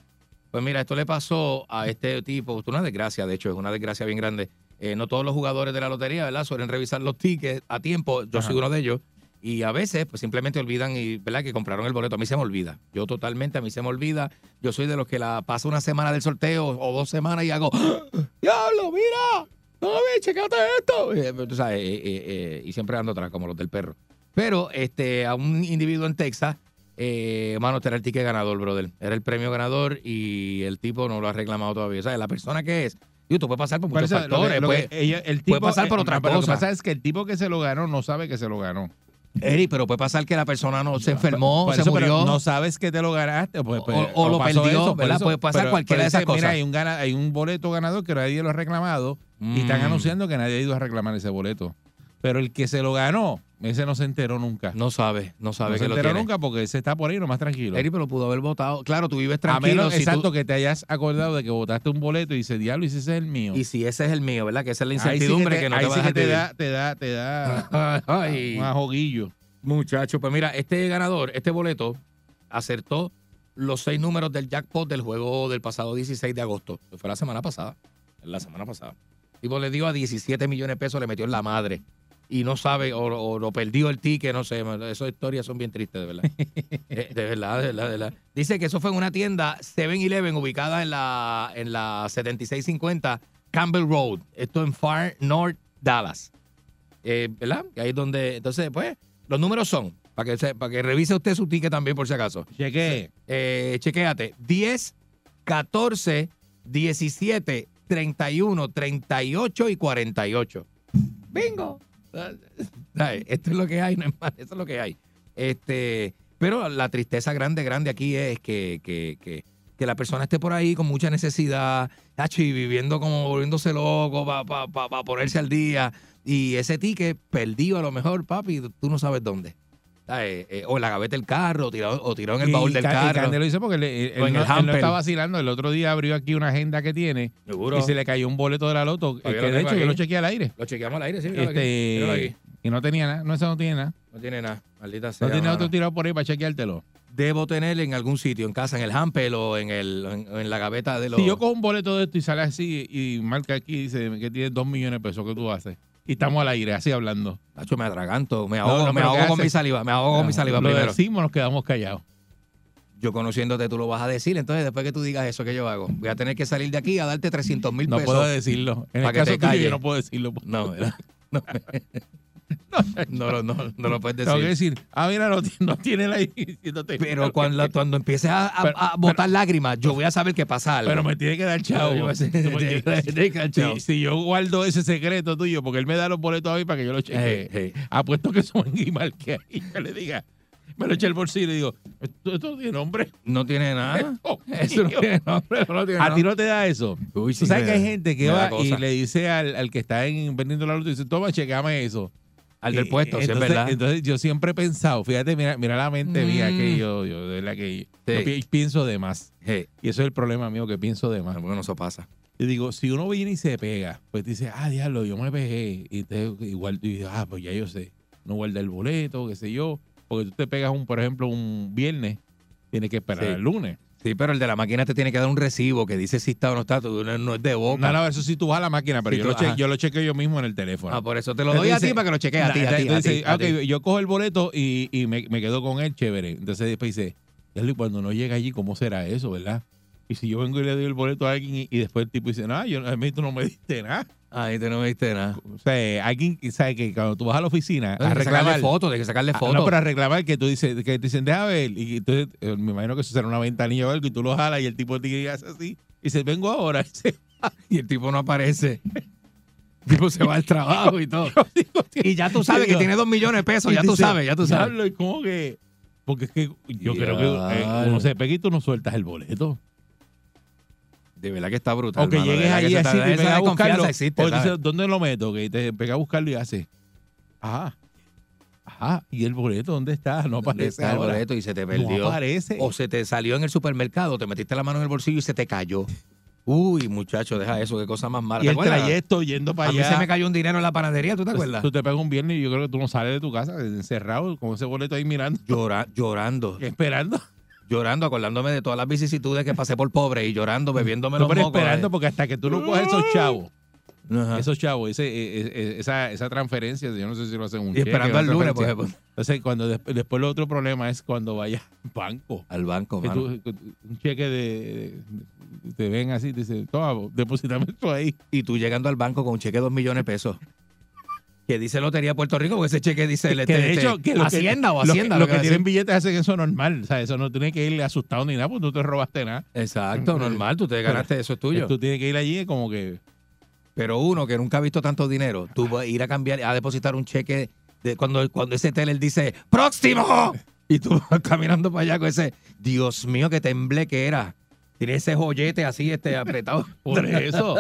Speaker 4: Pues mira, esto le pasó a este tipo, esto es una desgracia, de hecho, es una desgracia bien grande. Eh, no todos los jugadores de la lotería, ¿verdad? Suelen revisar los tickets a tiempo, yo soy
Speaker 3: Ajá.
Speaker 4: uno de ellos, y a veces pues simplemente olvidan, y, ¿verdad? Que compraron el boleto, a mí se me olvida, yo totalmente, a mí se me olvida, yo soy de los que la paso una semana del sorteo o dos semanas y hago, ¡Ah! diablo, mira, no me checate esto. Eh, pero tú sabes, eh, eh, eh, y siempre ando atrás como los del perro. Pero este, a un individuo en Texas eh, mano, este era el ticket ganador, brother. Era el premio ganador y el tipo no lo ha reclamado todavía. O sea, la persona que es, digo, tú puedes pasar por
Speaker 3: Por
Speaker 4: muchos
Speaker 3: eso, lo que-
Speaker 4: factores.
Speaker 3: lo
Speaker 4: pues,
Speaker 3: que ella- el
Speaker 4: puede pasar por
Speaker 3: eh,
Speaker 4: otras
Speaker 3: pero Lo que
Speaker 4: cosas.
Speaker 3: pasa es que el tipo que se lo ganó no sabe que se lo ganó.
Speaker 4: Eri, pero puede pasar que la persona no se enfermó,
Speaker 3: Por
Speaker 4: se
Speaker 3: eso, pero
Speaker 4: murió.
Speaker 3: no sabes que te lo ganaste. pues,
Speaker 4: O-
Speaker 3: pues,
Speaker 4: o lo
Speaker 3: pasó
Speaker 4: perdió,
Speaker 3: por
Speaker 4: ¿verdad? Puede pasar cualquiera de
Speaker 3: dice,
Speaker 4: esas
Speaker 3: Mira,
Speaker 4: cosas.
Speaker 3: hay un, gana- hay un boleto ganador que nadie lo ha reclamado y están
Speaker 4: Mm.
Speaker 3: anunciando que nadie ha ido a reclamar ese boleto. Pero el que se lo ganó, ese no se enteró nunca.
Speaker 4: No sabe, no sabe
Speaker 3: no se
Speaker 4: que lo
Speaker 3: enteró
Speaker 4: tiene.
Speaker 3: nunca porque ese está por ahí nomás tranquilo.
Speaker 4: Eri, pero pudo haber votado. Claro, tú vives
Speaker 3: a
Speaker 4: tranquilo.
Speaker 3: menos
Speaker 4: si tú-
Speaker 3: exacto que te hayas acordado de que votaste un boleto y dices, diablo, y ese es el mío.
Speaker 4: Y si ese es el mío, ¿verdad? Que esa es la
Speaker 3: Ahí sí
Speaker 4: incertidumbre que,
Speaker 3: te-
Speaker 4: no
Speaker 3: ahí
Speaker 4: te va
Speaker 3: sí
Speaker 4: a
Speaker 3: que
Speaker 4: dejar
Speaker 3: te
Speaker 4: vivir.
Speaker 3: da, te da, te da
Speaker 4: Ay.
Speaker 3: un ajoguillo.
Speaker 4: Muchacho, pues mira, este ganador, este boleto, acertó los seis números del jackpot del juego del pasado 16 de agosto. Que fue la semana pasada. La semana pasada. Tipo le dio a 17 millones de pesos, le metió en la madre. y no sabe o, o lo perdió el ticket, no sé. mano, Esas historias son bien tristes, de verdad. Eh, de verdad, de verdad, de verdad. Dice que eso fue en una tienda 7-Eleven ubicada en la, en la 7650 Campbell Road. Esto en Far North, Dallas. Eh, ¿Verdad? Que Ahí es donde. Entonces, pues, los números son, para que, se- para que revise usted su ticket también, por si acaso.
Speaker 3: Chequee.
Speaker 4: Eh, chequéate. 10, 14, 17, 31, 38 y 48. ¡Bingo! Ay, Esto es lo que hay, no es más, eso es lo que hay. Este, pero la tristeza grande, grande aquí es que, que, que- que la persona esté por ahí con mucha necesidad, tacho, y viviendo como volviéndose loco para ponerse al día. Y ese ticket perdido a lo mejor, papi, tú no sabes dónde. Ay, eh, o en la gaveta del carro, o tirado, o tirado en el
Speaker 3: Y
Speaker 4: baúl del
Speaker 3: Ca- y
Speaker 4: carro.
Speaker 3: Candelo hizo porque le- él,
Speaker 4: O en
Speaker 3: no,
Speaker 4: el
Speaker 3: él no
Speaker 4: hamper.
Speaker 3: está vacilando. El otro día abrió aquí una agenda que tiene
Speaker 4: Seguro.
Speaker 3: y se le cayó un boleto de la loto. eh,
Speaker 4: Todavía
Speaker 3: que
Speaker 4: lo
Speaker 3: de
Speaker 4: tengo
Speaker 3: hecho, yo
Speaker 4: aquí.
Speaker 3: lo chequeé al aire.
Speaker 4: Lo chequeamos al aire, sí. míralo aquí, míralo
Speaker 3: Este,
Speaker 4: aquí.
Speaker 3: y no tenía nada. No, eso no tiene nada.
Speaker 4: No tiene nada, maldita sea.
Speaker 3: No tiene
Speaker 4: mano.
Speaker 3: otro tirado por ahí para chequeártelo.
Speaker 4: Debo tener en algún sitio, en casa, en el hamper o en, el, en, en la gaveta de los...
Speaker 3: Si yo cojo un boleto de esto y sale así y marca aquí y dice que tienes dos millones de pesos que tú haces. Y estamos al aire, así hablando.
Speaker 4: Nacho, me atraganto, me
Speaker 3: No,
Speaker 4: ahogo,
Speaker 3: no,
Speaker 4: me
Speaker 3: pero ¿qué
Speaker 4: ahogo con
Speaker 3: haces?
Speaker 4: mi saliva, me ahogo con mi saliva
Speaker 3: lo
Speaker 4: primero.
Speaker 3: decimos, nos quedamos callados.
Speaker 4: Yo conociéndote tú lo vas a decir, entonces después que tú digas eso que yo hago, voy a tener que salir de aquí a darte 300 mil
Speaker 3: No
Speaker 4: pesos.
Speaker 3: puedo decirlo. En
Speaker 4: para
Speaker 3: el
Speaker 4: que
Speaker 3: caso
Speaker 4: te
Speaker 3: tuyo,
Speaker 4: calles.
Speaker 3: yo no puedo decirlo.
Speaker 4: No, ¿verdad? No, no, lo- no, no lo puedes
Speaker 3: Tengo que
Speaker 4: decir.
Speaker 3: decir, ah, mira, no, ti- no tiene la diciéndote.
Speaker 4: Pero cuando, cuando empieces a, a-
Speaker 3: Pero-
Speaker 4: a botar lágrimas, yo voy a saber que pasa algo.
Speaker 3: Pero me tiene que dar chavo.
Speaker 4: Yo voy a decir,
Speaker 3: Tú me
Speaker 4: "Te-
Speaker 3: tienes-
Speaker 4: te- te- te- chao".
Speaker 3: Si, si yo guardo ese secreto tuyo, porque él me da los boletos a mí para que yo los cheque.
Speaker 4: Ey, ey.
Speaker 3: Apuesto que son Guimar que ahí yo le diga. Me lo eché el bolsillo y digo, esto, esto no tiene nombre.
Speaker 4: No tiene nada.
Speaker 3: Oh,
Speaker 4: Eso no
Speaker 3: mío.
Speaker 4: tiene nombre, no tiene
Speaker 3: A ti
Speaker 4: nombre.
Speaker 3: no te da eso.
Speaker 4: Uy, sí
Speaker 3: Tú sabes
Speaker 4: me
Speaker 3: que hay
Speaker 4: da-
Speaker 3: gente que
Speaker 4: me da
Speaker 3: va y
Speaker 4: cosa.
Speaker 3: le dice al, al que está en, vendiendo la luz, dice, toma, checame eso.
Speaker 4: Al del
Speaker 3: Y-
Speaker 4: puesto, sí, es
Speaker 3: entonces,
Speaker 4: verdad.
Speaker 3: Entonces yo siempre he pensado, fíjate, mira, mira la mente mía que
Speaker 4: Mm.
Speaker 3: yo, yo, de verdad que
Speaker 4: Sí.
Speaker 3: yo pi- pienso de más.
Speaker 4: Hey,
Speaker 3: Y eso es el problema mío, que pienso de más.
Speaker 4: bueno, eso pasa.
Speaker 3: Y digo, si uno viene y se pega, pues dice, ah, diablo, yo me pegué. Y te, igual tú dices, ah, pues ya yo sé. No guarda el boleto, qué sé yo. Porque tú te pegas, un por ejemplo, un viernes, tienes que esperar
Speaker 4: Sí.
Speaker 3: el lunes.
Speaker 4: Sí, pero el de la máquina te tiene que dar un recibo que dice si está o no está, tú- no, no es de boca.
Speaker 3: No, no, eso sí tú vas a la máquina, Ah, pero
Speaker 4: Sí,
Speaker 3: yo,
Speaker 4: tú-
Speaker 3: lo che-
Speaker 4: ajá.
Speaker 3: yo lo chequeo yo mismo en el teléfono.
Speaker 4: Ah, por eso te lo doy a
Speaker 3: Entonces
Speaker 4: ti para que lo cheques a ti, a ti, a
Speaker 3: Entonces,
Speaker 4: ti,
Speaker 3: ah,
Speaker 4: a ti.
Speaker 3: ok, yo cojo el boleto y, y me, me quedo con él, chévere. Entonces después dice, diablo, y cuando no llega allí, ¿cómo será eso, verdad? Y si yo vengo y le doy el boleto a alguien y, y después el tipo dice, no, yo, a mí tú no me diste nada.
Speaker 4: Ahí te no viste nada.
Speaker 3: O sea, alguien sabe que cuando tú vas a la oficina
Speaker 4: Hay
Speaker 3: a
Speaker 4: que sacarle
Speaker 3: reclamar,
Speaker 4: fotos, hay que sacarle
Speaker 3: Ah,
Speaker 4: fotos.
Speaker 3: no, para reclamar que tú dices, que te dicen, deja ver. Y entonces, eh, me imagino que eso será una ventanilla o algo y tú lo jalas y el tipo te hace así. Y dice, vengo ahora. Y se-
Speaker 4: Y el tipo no aparece. El tipo se va al trabajo y todo. Y ya tú sabes que tiene dos millones de pesos,
Speaker 3: y
Speaker 4: ya tú
Speaker 3: dice,
Speaker 4: sabes, ya tú sabes.
Speaker 3: "Diablo, ¿y cómo que? Porque es que yo creo que eh,
Speaker 4: Diablo.
Speaker 3: uno se pega y tú no sueltas el boleto.
Speaker 4: De verdad que está brutal.
Speaker 3: Aunque
Speaker 4: mano, de
Speaker 3: llegues
Speaker 4: verdad que
Speaker 3: ahí
Speaker 4: eso
Speaker 3: así,
Speaker 4: está-
Speaker 3: te
Speaker 4: esa
Speaker 3: pega a
Speaker 4: desconfianza
Speaker 3: buscarlo.
Speaker 4: existe,
Speaker 3: Porque
Speaker 4: ¿sabes?
Speaker 3: dice, ¿dónde lo meto? Que te pega a buscarlo y hace, ajá, ajá. ¿Y el boleto dónde está? No
Speaker 4: ¿Dónde
Speaker 3: aparece
Speaker 4: está el
Speaker 3: ahora.
Speaker 4: boleto y se te
Speaker 3: No
Speaker 4: perdió.
Speaker 3: aparece.
Speaker 4: O se te salió en el supermercado, te metiste la mano en el bolsillo y se te cayó. Uy, muchacho, deja eso, qué cosa más mala.
Speaker 3: y el
Speaker 4: ¿Te acuerdas?
Speaker 3: trayecto yendo para
Speaker 4: A mí
Speaker 3: allá.
Speaker 4: se me cayó un dinero en la panadería, ¿tú te acuerdas?
Speaker 3: Tú te pegas un viernes y yo creo que tú no sales de tu casa encerrado con ese boleto ahí mirando,
Speaker 4: Llora- llorando,
Speaker 3: esperando.
Speaker 4: llorando, acordándome de todas las vicisitudes que pasé por pobre y llorando, bebiéndome
Speaker 3: No,
Speaker 4: los
Speaker 3: pero
Speaker 4: mocos,
Speaker 3: esperando
Speaker 4: eh.
Speaker 3: porque hasta que tú no coges esos chavos,
Speaker 4: Ajá.
Speaker 3: esos chavos, ese, eh, eh, esa, esa transferencia, yo no sé si lo hacen un
Speaker 4: y
Speaker 3: cheque,
Speaker 4: esperando
Speaker 3: una
Speaker 4: al lunes, por
Speaker 3: transferencia.
Speaker 4: ejemplo.
Speaker 3: Entonces, cuando des- después el otro problema es cuando vayas al banco.
Speaker 4: Al banco,
Speaker 3: Que
Speaker 4: mano.
Speaker 3: tú- que tú- un cheque de, de- te ven así, te dicen, toma, depositame esto ahí.
Speaker 4: Y tú llegando al banco con un cheque de dos millones de pesos. Que dice Lotería Puerto Rico, porque ese cheque dice
Speaker 3: que de
Speaker 4: este-
Speaker 3: hecho, que lo que-
Speaker 4: Hacienda o
Speaker 3: lo que-
Speaker 4: Hacienda.
Speaker 3: Los
Speaker 4: lo
Speaker 3: que,
Speaker 4: va a
Speaker 3: tienen
Speaker 4: decir.
Speaker 3: billetes hacen eso normal. O sea, eso no tiene que ir asustado ni nada, porque tú te robaste nada.
Speaker 4: Exacto, normal, tú te ganaste, eso es tuyo.
Speaker 3: Tú tienes que ir allí como que.
Speaker 4: Pero uno que nunca ha visto tanto dinero, tú vas a ir a cambiar, a depositar un cheque de cuando, cuando ese teller dice ¡Próximo! Y tú vas caminando para allá con ese, Dios mío, que temblé que era. Tiene ese joyete así, este apretado.
Speaker 3: Por eso.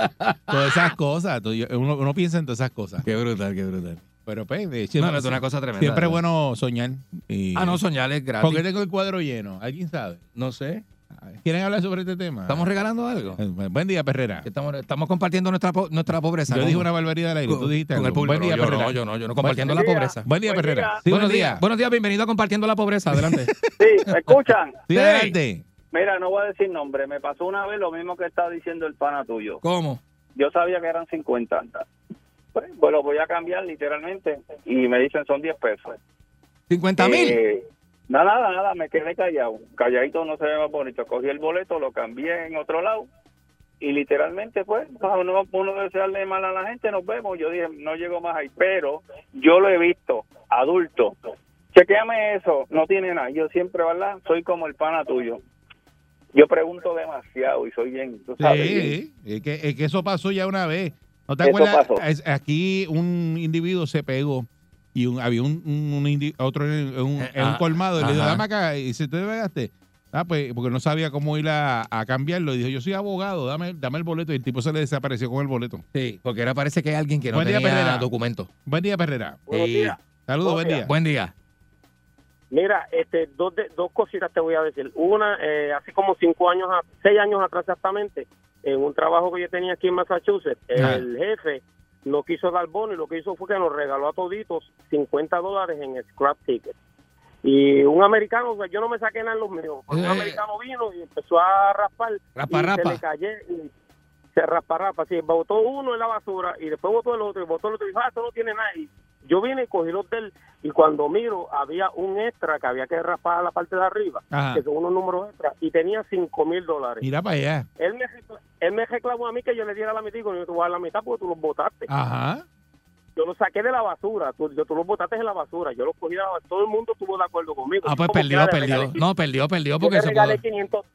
Speaker 3: todas esas cosas. tú- yo- Uno, uno piensa en todas esas cosas.
Speaker 4: Qué brutal, qué brutal.
Speaker 3: Pero, pues, de-
Speaker 4: No,
Speaker 3: siempre,
Speaker 4: no, es una cosa tremenda.
Speaker 3: siempre es bueno soñar. y-
Speaker 4: Ah, no, soñar es gratis.
Speaker 3: ¿Por qué tengo el cuadro lleno? ¿Alguien sabe?
Speaker 4: No sé.
Speaker 3: ¿Quieren hablar sobre este tema?
Speaker 4: ¿Estamos regalando algo?
Speaker 3: Eh, Buen día, Perrera.
Speaker 4: Estamos, estamos compartiendo nuestra, po- nuestra pobreza.
Speaker 3: Yo
Speaker 4: con-
Speaker 3: dije una barbaridad al aire.
Speaker 4: con,
Speaker 3: Tú dijiste
Speaker 4: con el
Speaker 3: algo.
Speaker 4: público.
Speaker 3: Buen día,
Speaker 4: no, yo
Speaker 3: Perrera.
Speaker 4: no, yo no, yo no, compartiendo la
Speaker 12: Buen día.
Speaker 4: pobreza.
Speaker 3: Buen día,
Speaker 12: Buen
Speaker 3: Perrera.
Speaker 12: día.
Speaker 3: Sí,
Speaker 4: buenos días. Buenos días, bienvenido a Compartiendo la Pobreza. Adelante.
Speaker 14: Sí, ¿me escuchan?
Speaker 3: Sí, adelante.
Speaker 14: Mira, no voy a decir nombre. Me pasó una vez lo mismo que está diciendo el pana tuyo.
Speaker 4: ¿Cómo?
Speaker 14: Yo sabía que eran 50. Pues, pues lo voy a cambiar literalmente y me dicen son 10 pesos.
Speaker 4: 50 mil.
Speaker 14: Eh, nada, nada, nada, me quedé callado. Calladito no se ve más bonito. Cogí el boleto, lo cambié en otro lado y literalmente, pues, para no uno desearle mal a la gente, nos vemos. Yo dije, no llego más ahí, pero yo lo he visto, adulto. Chequeame eso, no tiene nada. Yo siempre, ¿verdad? Soy como el pana tuyo. Yo pregunto demasiado y soy bien, tú sabes. bien.
Speaker 3: Sí, es que, es que eso pasó ya una vez. ¿No te
Speaker 14: Eso
Speaker 3: acuerdas?
Speaker 14: pasó.
Speaker 3: Es- Aquí un individuo se pegó y un- había un, un- un indi- otro en, en un, en un
Speaker 4: ah,
Speaker 3: colmado. y le dijo,
Speaker 4: ajá.
Speaker 3: dame acá. Y si tú te pegaste. Ah, pues, porque no sabía cómo ir a, a cambiarlo. Y dijo, yo soy abogado, dame, dame el boleto. Y el tipo se le desapareció con el boleto.
Speaker 4: Sí, porque ahora parece que hay alguien que no
Speaker 3: Buen día,
Speaker 4: tenía
Speaker 3: Perrera.
Speaker 4: documento.
Speaker 3: Buen día, Perrera.
Speaker 15: Buenos
Speaker 4: Sí.
Speaker 15: días.
Speaker 3: Saludos, buen
Speaker 15: Buen
Speaker 3: día.
Speaker 4: Buen día.
Speaker 15: Mira, este, dos, de- dos cositas te voy a decir. Una, eh, hace como cinco años, a- seis años atrás exactamente, en un trabajo que yo tenía aquí en Massachusetts,
Speaker 16: Ajá.
Speaker 15: el jefe no quiso dar bono y lo que hizo fue que nos regaló a toditos 50 dólares en scrap ticket. Y un americano, pues, yo no me saqué nada en los míos, pues,
Speaker 4: Eh.
Speaker 15: un americano vino y empezó a raspar.
Speaker 4: Rapa,
Speaker 15: y
Speaker 4: rapa.
Speaker 15: Se le cayó y se raspa, raspa. Sí, botó uno en la basura y después botó el otro y botó el otro y dijo, ah, esto no tiene nada. Y yo vine y cogí los del y cuando miro había un extra que había que raspar a la parte de arriba,
Speaker 3: Ajá.
Speaker 15: que son unos números extra, y tenía cinco mil dólares.
Speaker 3: Mira para allá.
Speaker 15: Él me, recla- él me reclamó a mí que yo le diera la mitad y yo, tú vas a la mitad porque tú los botaste.
Speaker 4: Ah,
Speaker 3: Ajá.
Speaker 15: Yo los saqué de la basura, tú, yo- tú los botaste de la basura, yo los cogí de la basura, todo el mundo estuvo de acuerdo conmigo.
Speaker 4: Ah,
Speaker 15: Yo
Speaker 4: pues
Speaker 15: como
Speaker 4: perdió,
Speaker 15: quiera le
Speaker 4: perdió.
Speaker 15: regalé-
Speaker 4: No, perdió, perdió
Speaker 15: yo
Speaker 4: porque
Speaker 15: le
Speaker 4: se pudo.
Speaker 15: regalé 500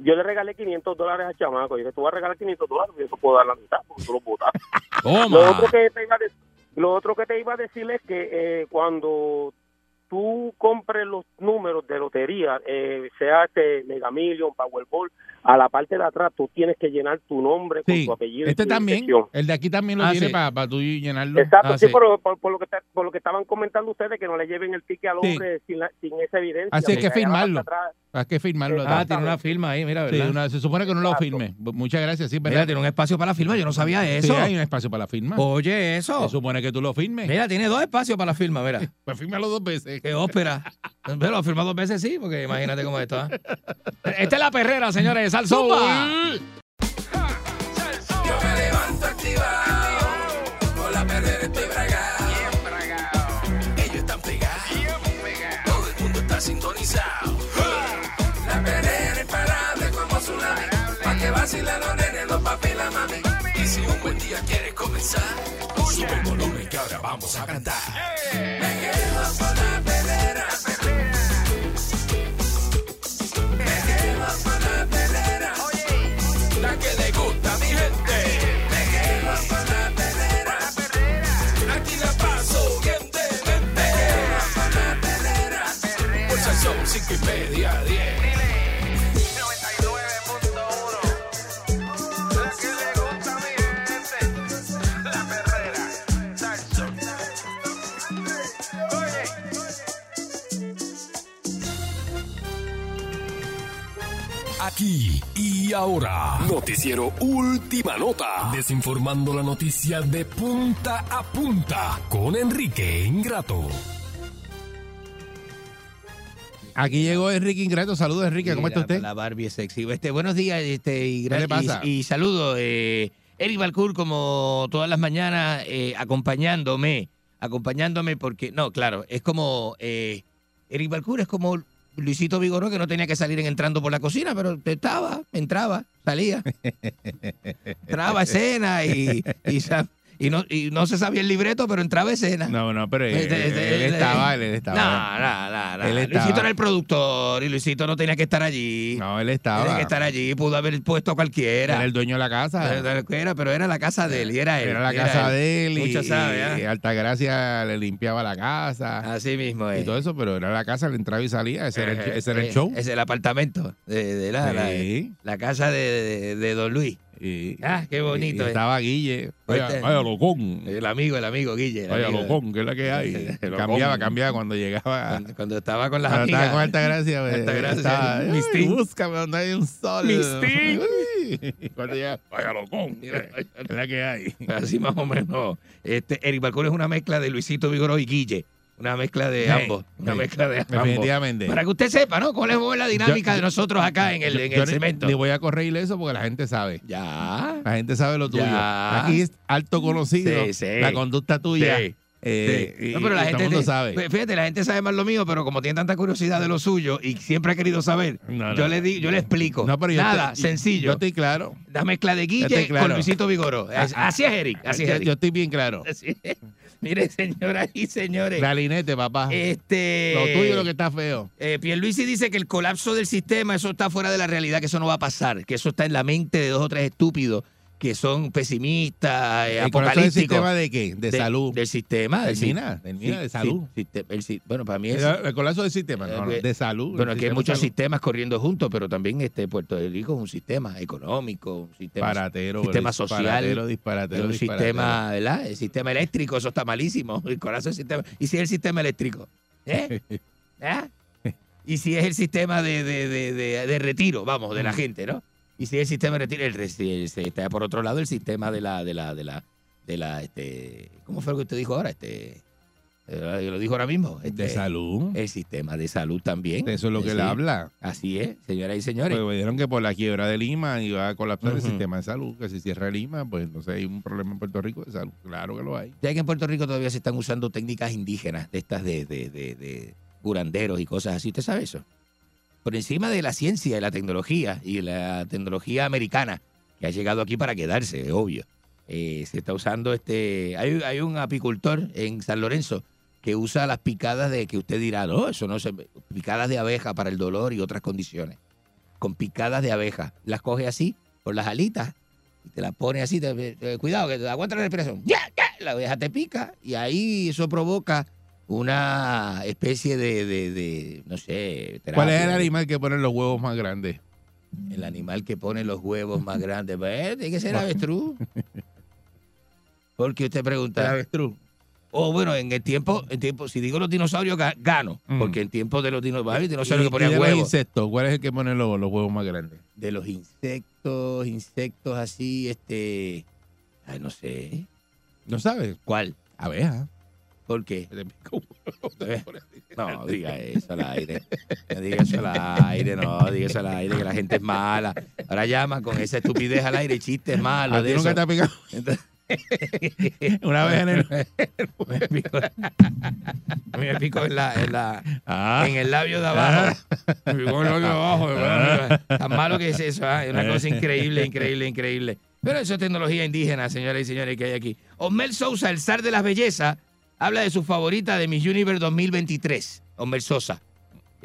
Speaker 15: yo le regalé 500 dólares al chamaco. Yo le tú vas a regalar 500 dólares, yo te puedo dar la mitad porque tú los botaste. Lo
Speaker 4: Toma.
Speaker 15: otro que te iba a decir, lo otro que te iba a decir es que eh, cuando tú compres los números de lotería, eh, sea este Mega Million, Powerball, a la parte de atrás tú tienes que llenar tu nombre con
Speaker 3: Sí.
Speaker 15: tu apellido. y
Speaker 3: Este
Speaker 15: tu
Speaker 3: también,
Speaker 15: dirección.
Speaker 3: el de aquí también lo
Speaker 15: Ah,
Speaker 3: tiene
Speaker 15: sí.
Speaker 3: para, tú llenarlo.
Speaker 15: Exacto,
Speaker 3: Ah,
Speaker 15: sí,
Speaker 3: sí.
Speaker 15: pero por, por lo que está- por lo que estaban comentando ustedes, que no le lleven el ticket al
Speaker 3: Sí.
Speaker 15: hombre sin, la- sin esa evidencia.
Speaker 3: Así es
Speaker 15: porque
Speaker 3: que
Speaker 15: allá en la parte
Speaker 3: firmarlo.
Speaker 15: atrás-
Speaker 3: Hay que firmarlo.
Speaker 4: Ah, tiene una firma ahí, mira,
Speaker 3: Sí,
Speaker 4: ¿verdad?
Speaker 3: una- se supone que no lo firme. Muchas gracias, sí, ¿verdad?
Speaker 4: Mira, tiene un espacio para la firma, yo no sabía
Speaker 3: Sí,
Speaker 4: eso.
Speaker 3: hay un espacio para la firma.
Speaker 4: Oye, eso.
Speaker 3: Se supone que tú lo firmes.
Speaker 4: Mira, tiene dos espacios para la firma, mira.
Speaker 3: Pues fírmalo dos veces.
Speaker 4: Qué ópera. Pero firma dos veces sí, porque imagínate cómo es esto. ¿ah? Esta es la perrera, señores, de Salsoul.
Speaker 1: Yo me levanto activado. Con la perrera estoy bragado. Ellos están pegados. Todo el mundo está sintonizado. La perrera es parable como tsunami. Pa' que vacilan los nenes, los papi y la mami. Y si un buen día quieres comenzar, sube el volumen que ahora vamos a cantar. Me quedo con la perrera. Me quedo con la perrera. La que le gusta a mi gente. Me quedo con la perrera. Aquí la paso bien de mente. Me quedo con la perrera. Por Salsón, Pues cinco y media, diez.
Speaker 17: Aquí y ahora, noticiero Última Nota, desinformando la noticia de punta a punta con Enrique Ingrato.
Speaker 3: Aquí llegó Enrique Ingrato. Saludos, Enrique. ¿Cómo está
Speaker 4: Mira,
Speaker 3: usted?
Speaker 4: La Barbie es sexy. Este, buenos días este, y,
Speaker 3: ¿Qué le pasa?
Speaker 4: y, y saludo. Eh, Eric Balcour, como todas las mañanas, eh, acompañándome. Acompañándome porque, no, claro, es como. eh, Eric Balcour es como Luisito Vigoró que no tenía que salir en- entrando por la cocina, pero estaba, entraba, salía, entraba a escena y, y, sa- y no, y no se sabía el libreto, pero entraba a escena.
Speaker 3: No, no, pero él,
Speaker 4: Este, este,
Speaker 3: él
Speaker 4: este.
Speaker 3: estaba, él estaba.
Speaker 4: No, no, no, no.
Speaker 3: Él
Speaker 4: Luisito era
Speaker 3: estaba.
Speaker 4: el productor y Luisito no tenía que estar allí.
Speaker 3: No, él
Speaker 4: Tenía
Speaker 3: estaba.
Speaker 4: que estar allí, pudo haber puesto a cualquiera.
Speaker 3: Era el dueño de la casa.
Speaker 4: Era- era- pero era la casa de él, y era él.
Speaker 3: Era la casa
Speaker 4: él.
Speaker 3: de él.
Speaker 4: Mucho
Speaker 3: Y,
Speaker 4: sabe,
Speaker 3: y
Speaker 4: ¿ah?
Speaker 3: Altagracia le limpiaba la casa.
Speaker 4: Así mismo es.
Speaker 3: Y todo eso, pero era la casa, le entraba y salía. Ese era el,
Speaker 4: Eh,
Speaker 3: ese era el
Speaker 4: eh,
Speaker 3: show.
Speaker 4: Es el apartamento de, de la, la-
Speaker 3: Sí.
Speaker 4: la casa de, de- de Don Luis. Ah, qué bonito.
Speaker 3: Y
Speaker 4: eh.
Speaker 3: estaba Guille. Vaya,
Speaker 4: Este-
Speaker 3: vaya locón.
Speaker 4: El amigo, el amigo Guille. el
Speaker 3: Vaya
Speaker 4: amigo.
Speaker 3: locón, que es la que hay.
Speaker 4: Locón.
Speaker 3: cambiaba, cambiaba cuando llegaba.
Speaker 4: Cuando estaba con las
Speaker 3: Cuando
Speaker 4: amigas.
Speaker 3: estaba con Altagracia. pues,
Speaker 4: Altagracia,
Speaker 3: estaba, "Ay,
Speaker 4: Miss Teen".
Speaker 3: Búscame donde hay un sol.
Speaker 4: Miss Teen.
Speaker 3: Uy. Cuando llegaba, vaya locón. que Es la que hay.
Speaker 4: Así más o menos. Este, Eric Balcón es una mezcla de Luisito Vigoró y Guille. Una mezcla de
Speaker 3: Sí,
Speaker 4: ambos. Una
Speaker 3: sí.
Speaker 4: mezcla de ambos.
Speaker 3: Definitivamente.
Speaker 4: Para que usted sepa, ¿no? ¿Cuál es la dinámica
Speaker 3: Yo-
Speaker 4: de nosotros acá en el,
Speaker 3: Yo-
Speaker 4: en
Speaker 3: yo
Speaker 4: el
Speaker 3: le-
Speaker 4: cemento?
Speaker 3: Le voy a corregir eso porque la gente sabe.
Speaker 4: Ya.
Speaker 3: La gente sabe lo tuyo.
Speaker 4: Ya.
Speaker 3: Aquí es alto conocido.
Speaker 4: Sí, sí.
Speaker 3: La conducta tuya.
Speaker 4: Sí,
Speaker 3: eh,
Speaker 4: Sí.
Speaker 3: y-
Speaker 4: No, pero la
Speaker 3: y todo
Speaker 4: gente
Speaker 3: el mundo
Speaker 4: te- Pues,
Speaker 3: sabe.
Speaker 4: Fí- Fíjate, la gente sabe más lo mío, pero como tiene tanta curiosidad de lo suyo y siempre ha querido saber,
Speaker 3: no.
Speaker 4: yo le di, yo le explico.
Speaker 3: No, pero yo
Speaker 4: Nada,
Speaker 3: estoy-
Speaker 4: sencillo.
Speaker 3: yo estoy claro.
Speaker 4: La mezcla de
Speaker 3: Yo
Speaker 4: Guille
Speaker 3: estoy Este, claro.
Speaker 4: con Luisito Vigoro. Es-
Speaker 3: Ah, ah.
Speaker 4: Así es, Eric. Así es,
Speaker 3: Yo-
Speaker 4: Eric.
Speaker 3: yo estoy bien claro.
Speaker 4: Así es. Mire, señoras y señores.
Speaker 3: Clarinete, papá.
Speaker 4: Este.
Speaker 3: Lo tuyo es lo que está feo.
Speaker 4: Eh, Pierluisi dice que el colapso del sistema, eso está fuera de la realidad, que eso no va a pasar, que eso está en la mente de dos o tres estúpidos que son pesimistas, eh,
Speaker 3: ¿El colapso del
Speaker 4: apocalípticos.
Speaker 3: sistema de qué? De salud.
Speaker 4: Del sistema. del
Speaker 3: Termina,
Speaker 4: si-
Speaker 3: termina
Speaker 4: si-
Speaker 3: de salud.
Speaker 4: si- sistem- el si- bueno, para mí es...
Speaker 3: El, el colapso del sistema, no, no,
Speaker 4: eh,
Speaker 3: de salud.
Speaker 4: Bueno,
Speaker 3: el
Speaker 4: aquí hay
Speaker 3: sistema
Speaker 4: muchos
Speaker 3: de salud.
Speaker 4: sistemas corriendo juntos, pero también este Puerto Rico es un sistema económico, un sistema,
Speaker 3: Disparatero,
Speaker 4: un sistema
Speaker 3: disparatero,
Speaker 4: social,
Speaker 3: disparatero,
Speaker 4: un
Speaker 3: disparatero.
Speaker 4: sistema, ¿verdad? El sistema eléctrico, eso está malísimo. El corazón del sistema. ¿Y si es el sistema eléctrico? ¿Eh? ¿Ah? ¿Y si es el sistema de, de- de- de- de retiro, vamos, de la
Speaker 3: Mm.
Speaker 4: gente, ¿no? ¿Y si es el sistema de retiro? El, re- si el- si está, por otro lado, el sistema de la, de la, de la, de la, este, ¿cómo fue lo que usted dijo ahora? Este, eh, yo lo dijo ahora mismo. este,
Speaker 3: De salud.
Speaker 4: El sistema de salud también.
Speaker 3: Eso es lo que
Speaker 4: Sí.
Speaker 3: él habla.
Speaker 4: Así es, señoras y señores.
Speaker 3: Pues dijeron que por la quiebra de Lima iba a colapsar el
Speaker 4: Ujú.
Speaker 3: sistema de salud, Uh, que si cierra Lima, pues entonces hay un problema en Puerto Rico de salud. Claro que lo hay.
Speaker 4: Ya que en Puerto Rico todavía se están usando técnicas indígenas de estas de, de, de- de curanderos y cosas así. ¿Usted sabe eso? Por encima de la ciencia y la tecnología y la tecnología americana que ha llegado aquí para quedarse, es obvio. Eh, se está usando este. Hay, hay un apicultor en San Lorenzo que usa las picadas de que usted dirá, no, eso no se. Picadas de abeja para el dolor y otras condiciones. Con picadas de abeja. Las coge así, con las alitas, y te la pone así, te- te- cuidado, que te aguanta la respiración. ¡Ya, ya! La abeja te pica y ahí eso provoca una especie de, de- de, no sé,
Speaker 3: ¿Cuál es
Speaker 4: terapia.
Speaker 3: el animal que pone los huevos más grandes?
Speaker 4: El animal que pone los huevos más grandes. Pues, tiene que ser avestruz. Porque usted pregunta.
Speaker 3: El avestruz.
Speaker 4: O bueno, en el tiempo, en tiempo, si digo los dinosaurios, ga- gano. Porque en tiempo de los dinosaurios, dinosaurios
Speaker 3: Mm. Y-
Speaker 4: que
Speaker 3: y de
Speaker 4: ponían
Speaker 3: los
Speaker 4: huevos.
Speaker 3: insectos, ¿cuál es el que pone los, los huevos más grandes?
Speaker 4: De los insectos, insectos así, este. Ay, no sé.
Speaker 3: ¿No sabes?
Speaker 4: ¿Cuál?
Speaker 3: Abeja.
Speaker 4: ¿Por qué?
Speaker 3: Eh,
Speaker 4: No, diga eso al aire. No diga eso al aire, no, diga eso al aire, que la gente es mala. Ahora llama con esa estupidez al aire, chistes malos.
Speaker 3: ¿A ti
Speaker 4: de
Speaker 3: nunca
Speaker 4: eso.
Speaker 3: te ha picado? Una vez en el...
Speaker 4: me picó, me picó en, la, en, la-
Speaker 3: Ah.
Speaker 4: en el labio de abajo. Me picó en el labio de abajo. de verdad, mira, tan malo que es eso. ah, Es
Speaker 3: Eh.
Speaker 4: una cosa increíble, increíble, increíble. Pero eso es tecnología indígena, señoras y señores, que hay aquí. Osmel Sousa, el zar de las bellezas, habla de su favorita de Miss Universe 2023. Osmel Sosa.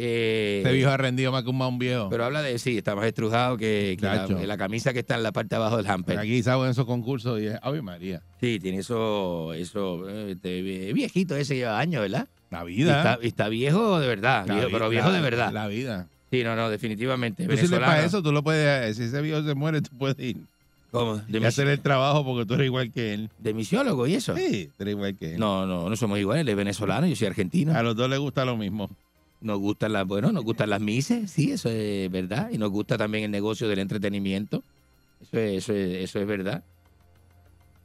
Speaker 4: Eh,
Speaker 3: Este viejo ha rendido más que un más un viejo.
Speaker 4: pero habla de, sí, está más estrujado que, que la,
Speaker 3: Chacho.
Speaker 4: que la camisa que está en la parte de abajo del hamper.
Speaker 3: Aquí saben esos concursos y es, ¡Ave María!
Speaker 4: Sí, tiene eso, eso eh, este, viejito ese lleva años, ¿verdad?
Speaker 3: La
Speaker 4: Y
Speaker 3: vida.
Speaker 4: está, y está viejo de verdad,
Speaker 3: La
Speaker 4: viejo-
Speaker 3: vi-
Speaker 4: pero viejo
Speaker 3: la-
Speaker 4: de verdad.
Speaker 3: La vida.
Speaker 4: Sí, no, no, definitivamente.
Speaker 3: Tú sirves
Speaker 4: venezolano.
Speaker 3: para eso, tú lo puedes... Si ese viejo se muere, tú puedes ir.
Speaker 4: ¿Cómo? De,
Speaker 3: Y hacer
Speaker 4: misi-
Speaker 3: el trabajo porque tú eres igual que él.
Speaker 4: de misiólogo y eso.
Speaker 3: Sí, tú eres igual que él.
Speaker 4: No, no, no somos iguales. Él es venezolano, yo soy argentino.
Speaker 3: A los dos les gusta lo mismo.
Speaker 4: Nos gustan las, bueno, nos gustan las mises, sí, eso es verdad. Y nos gusta también el negocio del entretenimiento. Eso es, eso es, eso es verdad.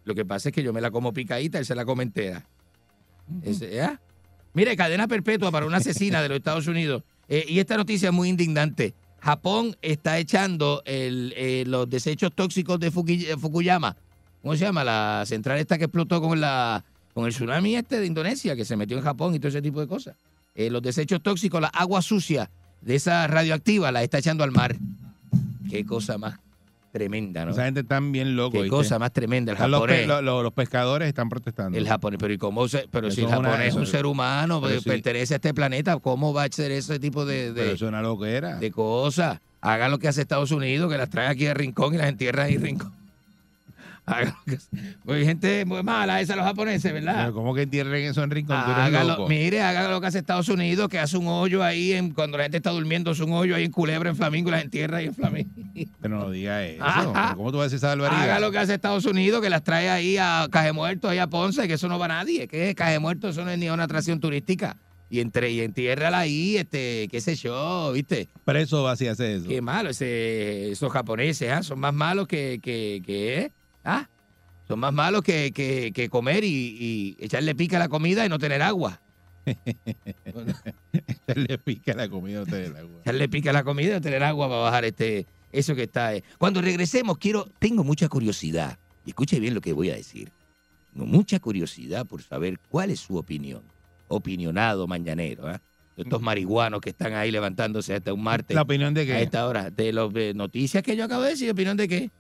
Speaker 4: Lo que pasa es que yo me la como picadita, él se la come entera. Ese- ¿ah? Mire, cadena perpetua para una asesina de los Estados Unidos. Eh, y esta noticia es muy indignante. Japón está echando el, eh, los desechos tóxicos de Fuki- eh, Fukuyama. ¿Cómo se llama? La central esta que explotó con la con el tsunami este de Indonesia, que se metió en Japón y todo ese tipo de cosas. Eh, los desechos tóxicos, la agua sucia de esa radioactiva, la está echando al mar. Qué cosa más tremenda, ¿no?
Speaker 3: Esa gente está bien loco.
Speaker 4: Qué
Speaker 3: ¿viste?
Speaker 4: cosa más tremenda. El
Speaker 3: Están los,
Speaker 4: japonés.
Speaker 3: pe- lo- lo- los pescadores están protestando.
Speaker 4: El japonés, pero ¿y cómo se- pero
Speaker 3: Eso
Speaker 4: si el
Speaker 3: es una-
Speaker 4: japonés es un
Speaker 3: eso-
Speaker 4: ser humano,
Speaker 3: pero
Speaker 4: eh,
Speaker 3: sí.
Speaker 4: pertenece a este planeta, ¿cómo va a ser ese tipo de, de-
Speaker 3: Pero eso es una loquera.
Speaker 4: de cosas? Haga lo que hace Estados Unidos, que las trae aquí al rincón y las entierra ahí al rincón. Haga lo que hace- Pues hay gente muy mala esa los japoneses, ¿verdad?
Speaker 3: Pero ¿Cómo que entierren eso en rincón? Tú eres
Speaker 4: Hágalo,
Speaker 3: loco.
Speaker 4: mire, haga lo que hace Estados Unidos, que hace un hoyo ahí, en, cuando la gente está durmiendo, hace un hoyo ahí en Culebra, en Flamingo, y las entierra ahí en Flamingo.
Speaker 3: Pero no digas eso.
Speaker 4: Ajá.
Speaker 3: ¿Cómo tú vas a decir esa barbaridad?
Speaker 4: Haga lo que hace Estados Unidos, que las trae ahí a Caje Muerto, ahí a Ponce, que eso no va a nadie, que Caje Muerto eso no es ni una atracción turística. Y entre y entiérrala ahí, este, qué sé yo, ¿viste?
Speaker 3: Preso va si hace eso.
Speaker 4: Qué malo, ese- esos japoneses, ¿ah? son más malos que, que, que- ¿ah? son más malos que, que- que comer y, y echarle pica a la comida y no tener agua.
Speaker 3: Él le pica la comida a usted el agua.
Speaker 4: Él le pica la comida, tener agua para bajar este, eso que está. ahí. Cuando regresemos, quiero, tengo mucha curiosidad. Y Escuche bien lo que voy a decir. Tengo mucha curiosidad por saber cuál es su opinión. Opinionado mañanero, ¿ah? De Estos marihuanos que están ahí levantándose hasta un martes.
Speaker 3: ¿La opinión de qué?
Speaker 4: A esta hora. De las noticias que yo acabo de decir. ¿Opinión de qué?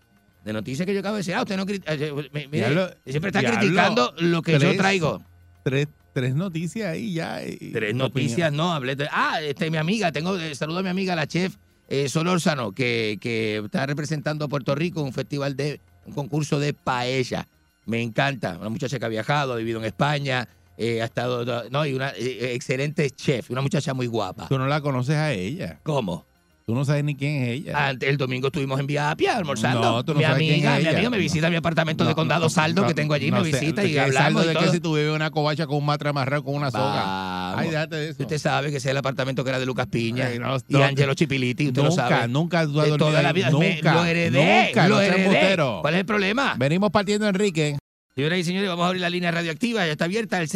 Speaker 4: De noticias que yo acabo de decir. Ah, usted no crit- eh, eh, mi- mire,
Speaker 3: Diablo,
Speaker 4: siempre está
Speaker 3: diablo,
Speaker 4: criticando lo que yo
Speaker 3: tres-
Speaker 4: traigo.
Speaker 3: Tres, tres noticias ahí ya.
Speaker 4: Tres noticias, no, hablé de- Ah, este, mi amiga, tengo, eh, saludo a mi amiga, la chef eh, Solórzano, que, que está representando a Puerto Rico en un festival de, un concurso de paella. Me encanta, una muchacha que ha viajado, ha vivido en España, eh, ha estado, no, y una eh, excelente chef, una muchacha muy guapa.
Speaker 3: Tú no la conoces a ella.
Speaker 4: ¿Cómo?
Speaker 3: Tú no sabes ni quién es ella.
Speaker 4: Antes, el domingo estuvimos en Vía Apia almorzando.
Speaker 3: No, tú no
Speaker 4: mi
Speaker 3: sabes quién
Speaker 4: amiga,
Speaker 3: es
Speaker 4: mi
Speaker 3: ella.
Speaker 4: amiga me visita a mi apartamento de Condado Saldo que tengo allí,
Speaker 3: No
Speaker 4: me
Speaker 3: sé,
Speaker 4: visita
Speaker 3: ¿de
Speaker 4: y
Speaker 3: qué
Speaker 4: hablamos
Speaker 3: saldo
Speaker 4: y
Speaker 3: de
Speaker 4: todo.
Speaker 3: que si tú bebes una covacha con un matre amarrado con una soga?
Speaker 4: Vamos.
Speaker 3: Ay, déjate de eso.
Speaker 4: Usted sabe que ese es el apartamento que era de Lucas Piña
Speaker 3: Ay, no,
Speaker 4: y
Speaker 3: no,
Speaker 4: Angelo Chipiliti, usted
Speaker 3: nunca,
Speaker 4: lo sabe.
Speaker 3: Nunca, tú has
Speaker 4: De
Speaker 3: dormido
Speaker 4: toda la
Speaker 3: ahí.
Speaker 4: vida. Me-
Speaker 3: Nunca,
Speaker 4: lo heredé,
Speaker 3: Nunca,
Speaker 4: lo
Speaker 3: no seas
Speaker 4: heredé.
Speaker 3: embustero.
Speaker 4: ¿Cuál es el problema?
Speaker 3: Venimos partiendo, Enrique.
Speaker 4: Señoras y señores, vamos a abrir la línea radioactiva, ya está abierta el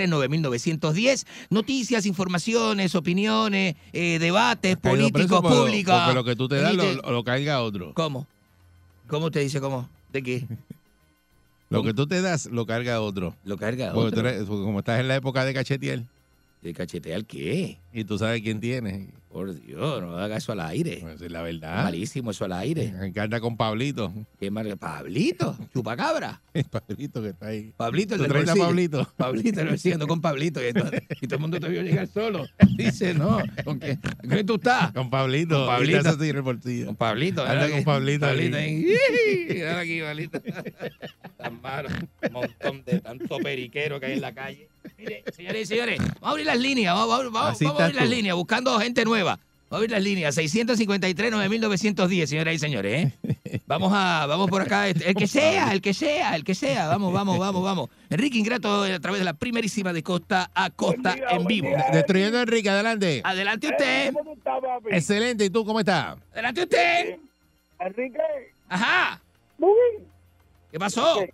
Speaker 4: 653-9910. Noticias, informaciones, opiniones, eh, debates
Speaker 3: Caído
Speaker 4: políticos,
Speaker 3: preso por-
Speaker 4: públicos.
Speaker 3: Porque lo que tú te das lo,
Speaker 4: Venite.
Speaker 3: lo, lo carga otro.
Speaker 4: ¿Cómo? ¿Cómo te dice cómo? ¿De qué?
Speaker 3: Lo que tú te das lo carga otro.
Speaker 4: Lo carga
Speaker 3: Porque tú
Speaker 4: otro.
Speaker 3: eres- porque como estás en la época de cachetear.
Speaker 4: ¿De cachetear qué?
Speaker 3: Y tú sabes quién tienes.
Speaker 4: Por Dios, no haga eso al aire.
Speaker 3: Pues es la verdad.
Speaker 4: Es Malísimo eso al aire.
Speaker 3: Me encanta con Pablito.
Speaker 4: ¿Qué mar- Pablito, chupacabra.
Speaker 3: Pablito que está ahí.
Speaker 4: Pablito, el
Speaker 3: ¿Tú
Speaker 4: del
Speaker 3: traes a
Speaker 4: bolsillo.
Speaker 3: Pablito?
Speaker 4: Pablito, lo siguiendo con Pablito. Y, entonces- y todo el mundo te vio llegar solo. Dice, no, ¿con qué, con qué tú estás?
Speaker 3: Con Pablito.
Speaker 4: Con Pablito.
Speaker 3: Y te hace así en el bolsillo.
Speaker 4: Con Pablito.
Speaker 3: Anda
Speaker 4: ¿verdad
Speaker 3: con
Speaker 4: que-
Speaker 3: Pablito ahí.
Speaker 4: Pablito ahí. Dale aquí, Pablito. Tan malo. Un montón de tanto periquero que hay en la calle. Mire, señores y señores, vamos a abrir las líneas. Vamos, vamos, vamos,
Speaker 3: Así
Speaker 4: vamos a abrir
Speaker 3: estás
Speaker 4: las
Speaker 3: tú.
Speaker 4: líneas buscando gente nueva. Vamos a abrir las líneas. 653-9910, señoras y señores. ¿eh? Vamos a, vamos por acá. este, El que sea, el que sea, el que sea. Vamos, vamos, vamos, vamos. Enrique Ingrato a través de la primerísima de Costa a Costa en vivo.
Speaker 3: Destruyendo a Enrique, adelante.
Speaker 4: Adelante usted.
Speaker 3: Excelente, ¿y tú cómo estás?
Speaker 4: Adelante usted.
Speaker 12: Enrique,
Speaker 4: Ajá. ¿Qué pasó?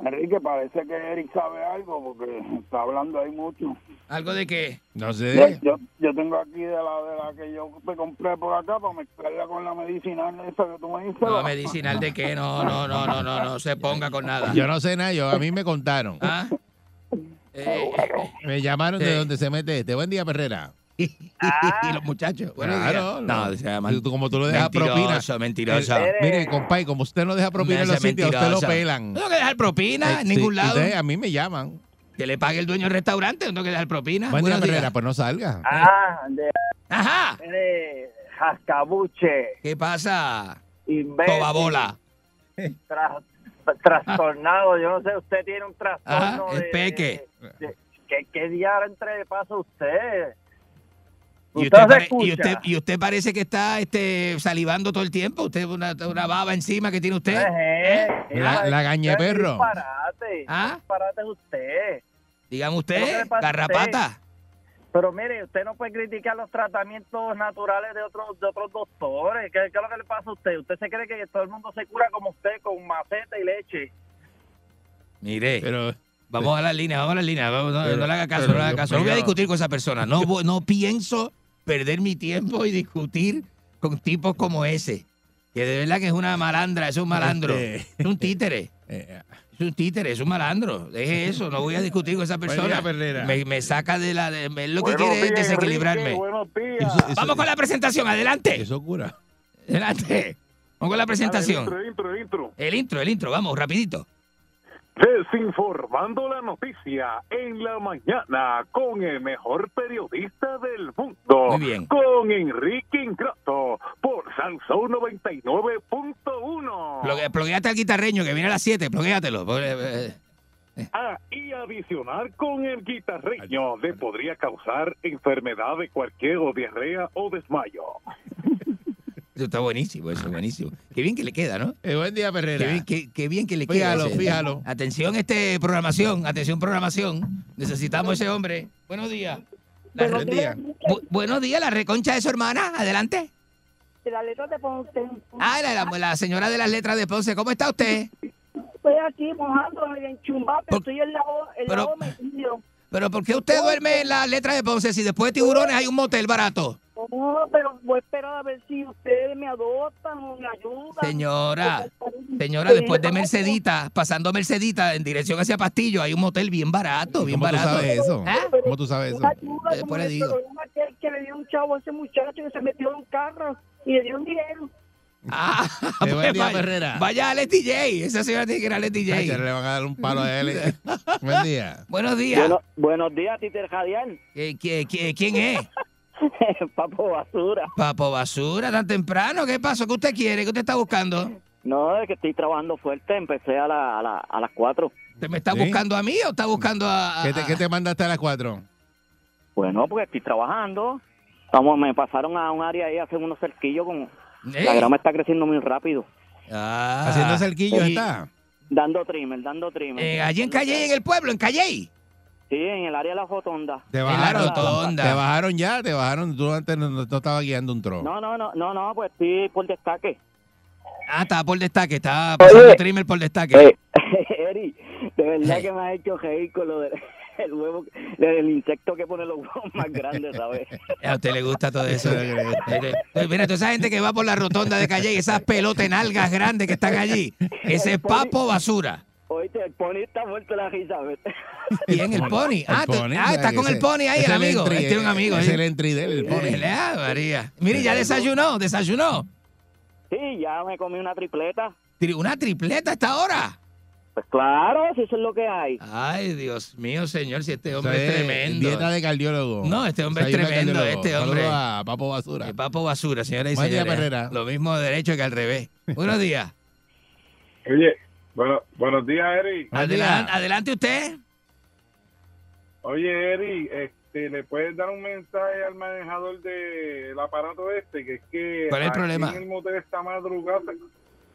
Speaker 12: Enrique, parece que Eric sabe algo porque está hablando ahí mucho.
Speaker 4: ¿Algo de qué?
Speaker 3: No
Speaker 12: Yo,
Speaker 3: sé.
Speaker 12: yo, yo tengo aquí de la, de la que yo me compré por acá para mezclarla con la medicinal esa que tú me dices.
Speaker 4: No, medicinal de qué, no, no, no, no, no, no se ponga con nada.
Speaker 3: Yo no sé nada, yo- a mí me contaron.
Speaker 4: ¿Ah? Eh,
Speaker 3: Me llamaron de
Speaker 4: Sí.
Speaker 3: donde se mete este. Buen día, Perrera.
Speaker 4: y los muchachos. Bueno,
Speaker 3: Claro.
Speaker 4: No, se llama.
Speaker 3: Tú- Como tú lo dejas propina.
Speaker 4: Mentiroso, mentiroso.
Speaker 3: Eh, mire, compadre, como usted no deja propina en
Speaker 4: No,
Speaker 3: los
Speaker 4: ese
Speaker 3: sitios, a usted lo
Speaker 4: mentiroso.
Speaker 3: pelan.
Speaker 4: No tengo que dejar propina
Speaker 3: Eh,
Speaker 4: en
Speaker 3: sí,
Speaker 4: ningún lado.
Speaker 3: usted- a mí me llaman.
Speaker 4: Que le pague el dueño del restaurante, no tengo que dejar propina.
Speaker 3: Buen día,
Speaker 4: Buenos días.
Speaker 3: Perrera, pues no salga.
Speaker 12: Ah, de,
Speaker 4: Ajá.
Speaker 12: de jascabuche,
Speaker 4: ¿Qué pasa?
Speaker 12: imbécil,
Speaker 4: Toba bola.
Speaker 12: tra- trastornado. Yo no sé, usted tiene un
Speaker 4: Ajá,
Speaker 12: trastorno. de-
Speaker 4: el
Speaker 12: eh,
Speaker 4: peque.
Speaker 12: ¿Qué, qué diantre le pasa a usted?
Speaker 4: Y
Speaker 12: Usted
Speaker 4: usted,
Speaker 12: se
Speaker 4: pare- y,
Speaker 12: escucha.
Speaker 4: usted, y usted parece que está este, salivando todo el tiempo. Usted una, una baba encima que tiene usted. ¿Eh?
Speaker 3: La, la gaña de perro.
Speaker 12: Disparate,
Speaker 4: ¿Ah?
Speaker 12: disparate usted.
Speaker 4: Digan
Speaker 12: ¿Pero qué
Speaker 4: usted,
Speaker 12: le pasa a
Speaker 4: garrapata.
Speaker 12: Pero mire, usted no puede criticar los tratamientos naturales de otros de otros doctores. ¿Qué, qué es lo que le pasa a usted? ¿Usted se cree que todo el mundo se cura como usted con maceta y leche?
Speaker 4: Mire.
Speaker 3: Pero
Speaker 4: Vamos a la línea, vamos a la línea. Vamos, no,
Speaker 3: Pero-
Speaker 4: no le haga caso,
Speaker 3: pero
Speaker 4: no le haga
Speaker 3: Dios
Speaker 4: caso. No voy a
Speaker 3: mío.
Speaker 4: discutir con esa persona. No, voy- no pienso perder mi tiempo y discutir con tipos como ese. Que de verdad que es una malandra, es un malandro.
Speaker 3: Este-
Speaker 4: Es un títere.
Speaker 3: eh,
Speaker 4: Es un títere, es un malandro. Deje eso, no voy a discutir con esa persona.
Speaker 3: día, Perrera.
Speaker 4: Me, me saca de la. de- me- lo que quiere es desequilibrarme.
Speaker 12: buenos días.
Speaker 3: eso- eso-
Speaker 4: Vamos con la presentación, adelante.
Speaker 3: Eso cura.
Speaker 4: Adelante. Vamos con la presentación.
Speaker 12: Intro, intro.
Speaker 4: El intro, el intro, vamos, rapidito.
Speaker 12: Desinformando la noticia en la mañana con el mejor periodista del mundo.
Speaker 4: Muy bien.
Speaker 12: Con Enrique Ingrato por Sansón 99.1.
Speaker 3: Ah.
Speaker 4: Plogue- Plogueate al guitarreño que viene a las 7, ploguéatelo. Eh, eh,
Speaker 12: Ah, y adicionar con el guitarreño le podría causar enfermedad de cualquier o diarrea o desmayo.
Speaker 4: Eso está buenísimo, eso buenísimo. Qué bien que le queda, ¿no?
Speaker 3: Eh, buen día,
Speaker 4: Qué bien,
Speaker 3: Perrera.
Speaker 4: qué- qué bien que le
Speaker 3: Fíjalo,
Speaker 4: queda. ese. eh,
Speaker 3: fíjalo.
Speaker 4: Atención, este programación, atención, programación. Necesitamos ese hombre. Buenos días. La
Speaker 3: Buen
Speaker 4: re-
Speaker 3: día.
Speaker 4: Bu- buenos días, la reconcha de su hermana. Adelante.
Speaker 9: De las letras de Ponce.
Speaker 4: Ah, la, la- la señora de las letras de Ponce, ¿cómo está usted?
Speaker 10: pues
Speaker 9: Estoy aquí mojando en chumbá,
Speaker 4: Por-
Speaker 9: pero estoy en la, o- en
Speaker 4: pero-
Speaker 9: la O metido.
Speaker 4: Pero ¿por qué usted duerme en las letras de Ponce si después de tiburones hay un motel barato?
Speaker 16: No, Oh, pero voy a esperar a ver si ustedes me adoptan o me ayudan.
Speaker 4: Señora, señora, después de Mercedita, pasando Mercedita en dirección hacia Pastillo, hay un motel bien barato, bien
Speaker 3: ¿Cómo tú
Speaker 4: barato.
Speaker 3: sabes eso?
Speaker 4: ¿Ah?
Speaker 3: ¿Cómo tú sabes eso? eh,
Speaker 16: Una ayuda como
Speaker 4: Después le
Speaker 16: el
Speaker 4: digo.
Speaker 16: programa aquel que le dio un chavo a ese muchacho que se metió en un carro y le dio un dinero.
Speaker 4: Ah,
Speaker 3: Qué buen
Speaker 4: pues
Speaker 3: día,
Speaker 4: vaya,
Speaker 3: Perrera.
Speaker 4: vaya al STJ, esa señora tiene que ir al
Speaker 3: Ay, ya
Speaker 4: STJ.
Speaker 3: le van a dar un palo a él. Buen día.
Speaker 4: Buenos días.
Speaker 18: Bueno- buenos días, Títer Jadiel.
Speaker 4: quién es?
Speaker 18: Papo Basura.
Speaker 4: Papo Basura, tan temprano, ¿qué pasó? ¿Qué usted quiere? ¿Qué usted está buscando?
Speaker 18: No, es que estoy trabajando fuerte. Empecé a, la- a la- a las 4.
Speaker 4: ¿Te me está buscando a mí o está buscando a...?
Speaker 3: ¿Qué te, qué te mandaste a las cuatro?
Speaker 18: Bueno, Pues porque estoy trabajando. Vamos, me pasaron a un área ahí a hacer unos cerquillos con... La grama está creciendo muy rápido.
Speaker 4: Ah.
Speaker 3: Haciendo cerquillos
Speaker 18: Sí.
Speaker 3: está.
Speaker 18: Dando trimmer, dando trimmer.
Speaker 4: Eh, allí en Calle, en el pueblo, en Calle.
Speaker 18: Sí, en el área de la Jotonda.
Speaker 3: Te bajaron, te bajaron ya, te bajaron. Tú antes no, no- no estabas guiando un tro.
Speaker 18: No, no, no, no, no, pues estoy por destaque.
Speaker 4: Ah, está por destaque, está pasando trimmer por destaque.
Speaker 18: Eri, de verdad que me has hecho reír con lo del el huevo, del insecto que pone los huevos más grandes, ¿sabes?
Speaker 4: A usted le gusta todo eso. Eh, Mira, toda esa gente que va por la rotonda de Calle, esas pelotas en algas grandes que están allí, ese es Papo Basura.
Speaker 18: Oíste, el pony está muerto de la risa, ¿ves?
Speaker 4: Y en el Pony. Ah, tú- ah, está con el Pony ahí, el amigo. Él tiene un amigo.
Speaker 3: Es
Speaker 4: ahí.
Speaker 3: el entry de él, el pony.
Speaker 4: Eh, ah, María. Mire, ya desayunó, desayunó.
Speaker 18: Sí, ya me comí una tripleta.
Speaker 4: Tri- Una tripleta hasta ahora.
Speaker 18: Pues claro, si eso es lo que hay.
Speaker 4: Ay, Dios mío, señor, si este hombre
Speaker 3: O sea, eh,
Speaker 4: es tremendo.
Speaker 3: Dieta de cardiólogo.
Speaker 4: No, este hombre es
Speaker 3: Desayuno de
Speaker 4: tremendo,
Speaker 3: cardiólogo.
Speaker 4: este
Speaker 3: Saludos
Speaker 4: hombre.
Speaker 3: a Papo Basura.
Speaker 4: El papo basura, señora y
Speaker 3: Buen día,
Speaker 4: señores.
Speaker 3: Perrera.
Speaker 4: Lo mismo derecho que al revés. Buenos días.
Speaker 12: Oye, bueno, buenos días, Eri.
Speaker 4: Adelante, adelante usted.
Speaker 12: Oye, Eri, este, ¿le puedes dar un mensaje al manejador del aparato este? Que es que
Speaker 4: ¿Cuál es el
Speaker 12: aquí
Speaker 4: problema?
Speaker 12: en el motel está madrugada.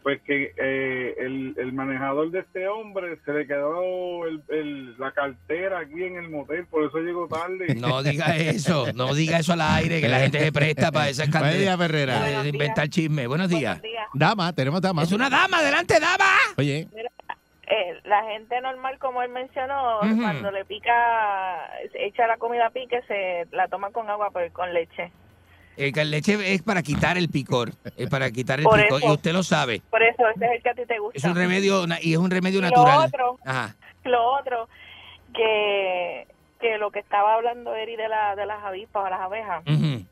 Speaker 12: Pues que eh, el, el manejador de este hombre se le quedó el- el- la cartera aquí en el motel, por eso llegó tarde.
Speaker 4: No diga eso, no diga eso al aire, que la gente se presta para esas
Speaker 3: Buen
Speaker 4: cantidades.
Speaker 3: día, Perrera.
Speaker 4: de- de inventar chisme. Buenos días.
Speaker 3: Dama, tenemos dama.
Speaker 4: Es una dama, adelante, dama.
Speaker 3: Oye,
Speaker 10: Eh, la gente normal, como él mencionó,
Speaker 3: Ujú.
Speaker 10: cuando le pica, echa la comida a pique, se la toma con agua, pero con leche.
Speaker 4: El cal leche es para quitar el picor, es para quitar el
Speaker 10: Por
Speaker 4: picor,
Speaker 10: eso.
Speaker 4: y usted lo sabe.
Speaker 10: Por eso, ese es el que a ti te gusta.
Speaker 4: Es un remedio na- y es un remedio
Speaker 10: Lo
Speaker 4: natural.
Speaker 10: otro.
Speaker 4: Ajá.
Speaker 10: Lo otro, que, que lo que estaba hablando Eri de, la, de las avispas o las abejas,
Speaker 4: Ujú.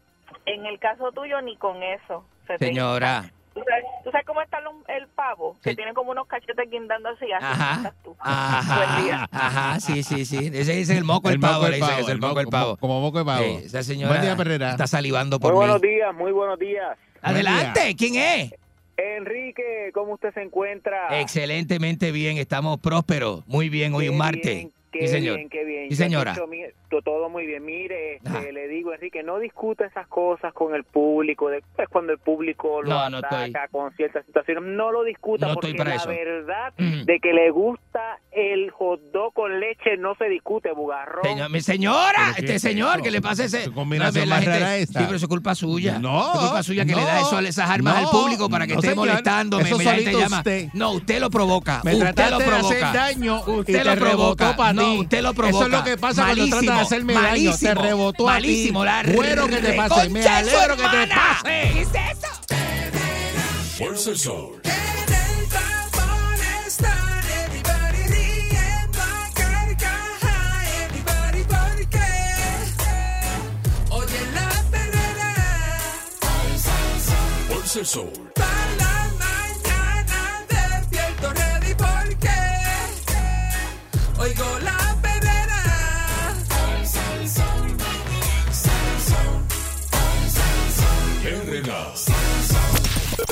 Speaker 10: en el caso tuyo ni con eso. se te-
Speaker 4: Señora.
Speaker 10: ¿Tú sabes, tú sabes cómo está lo- el pavo? Que
Speaker 4: Sí.
Speaker 10: tiene como unos cachetes guindando así. así
Speaker 4: Ajá.
Speaker 10: estás tú. Buen día.
Speaker 4: Ajá. Ajá, sí, sí, sí. Ese es el moco el,
Speaker 3: El moco
Speaker 4: pavo,
Speaker 3: el
Speaker 4: le dicen que
Speaker 3: pavo,
Speaker 4: es el
Speaker 3: el
Speaker 4: moco el
Speaker 3: moco-
Speaker 4: pavo.
Speaker 3: como moco el pavo.
Speaker 4: Eh, esa señora
Speaker 3: Buen día, Perrera.
Speaker 4: está salivando
Speaker 18: Muy
Speaker 4: por mí.
Speaker 18: buenos días, muy buenos días.
Speaker 4: Adelante, ¿quién es?
Speaker 18: Enrique, ¿cómo usted se encuentra?
Speaker 4: Excelentemente bien, estamos prósperos. Muy bien, hoy
Speaker 18: Qué
Speaker 4: un martes.
Speaker 18: bien, qué
Speaker 4: sí, señor.
Speaker 18: bien, qué bien.
Speaker 4: Sí,
Speaker 18: Yo
Speaker 4: señora. Ah.
Speaker 18: escucho mi- to- todo muy bien. Mire, este, le digo, Enrique, no discuta esas cosas con el público. Después, cuando el público lo
Speaker 4: No, no
Speaker 18: ataca
Speaker 4: estoy.
Speaker 18: con ciertas situaciones, no lo discuta
Speaker 4: No estoy
Speaker 18: porque
Speaker 4: para
Speaker 18: la
Speaker 4: eso. Mm.
Speaker 18: verdad de que le gusta el hot dog con leche no se discute, bugarrón.
Speaker 4: Señor- mi señora,
Speaker 18: Pero qué
Speaker 4: este
Speaker 18: es
Speaker 4: señor,
Speaker 18: eso.
Speaker 4: que le pase ese.
Speaker 18: Qué combinación
Speaker 4: la
Speaker 18: más rara esa.
Speaker 4: Sí, pero eso es culpa suya.
Speaker 3: No,
Speaker 4: Es culpa suya que le da
Speaker 3: no,
Speaker 4: eso, esas armas
Speaker 3: no,
Speaker 4: al público para que
Speaker 3: no,
Speaker 4: esté
Speaker 3: señor.
Speaker 4: molestando.
Speaker 3: Eso
Speaker 4: me, la gente
Speaker 3: solito
Speaker 4: llama.
Speaker 3: usted.
Speaker 4: No, usted lo provoca.
Speaker 3: Me
Speaker 4: usted
Speaker 3: trataste
Speaker 4: lo
Speaker 3: de
Speaker 4: provoca.
Speaker 3: hacer daño,
Speaker 4: Usted
Speaker 3: y
Speaker 4: lo
Speaker 3: te
Speaker 4: provoca.
Speaker 3: rebotó pa'
Speaker 4: no,
Speaker 3: ti.
Speaker 4: usted lo
Speaker 3: Eso
Speaker 4: provoca.
Speaker 3: es lo que pasa cuando
Speaker 4: Malísimo,
Speaker 3: tratas de hacerme daño. Te
Speaker 4: malísimo,
Speaker 3: rebotó a ti.
Speaker 4: Malísimo, la
Speaker 3: Bueno que te pase, me
Speaker 4: reconcha de su
Speaker 3: alegro que te
Speaker 4: hermana.
Speaker 3: pase.
Speaker 4: ¿Qué es eso?
Speaker 17: Fuerza el sol. Fuerza el sol.
Speaker 2: Oigo la perrera. Sal, sol, sal, sol, sal, sol.
Speaker 17: Perrera.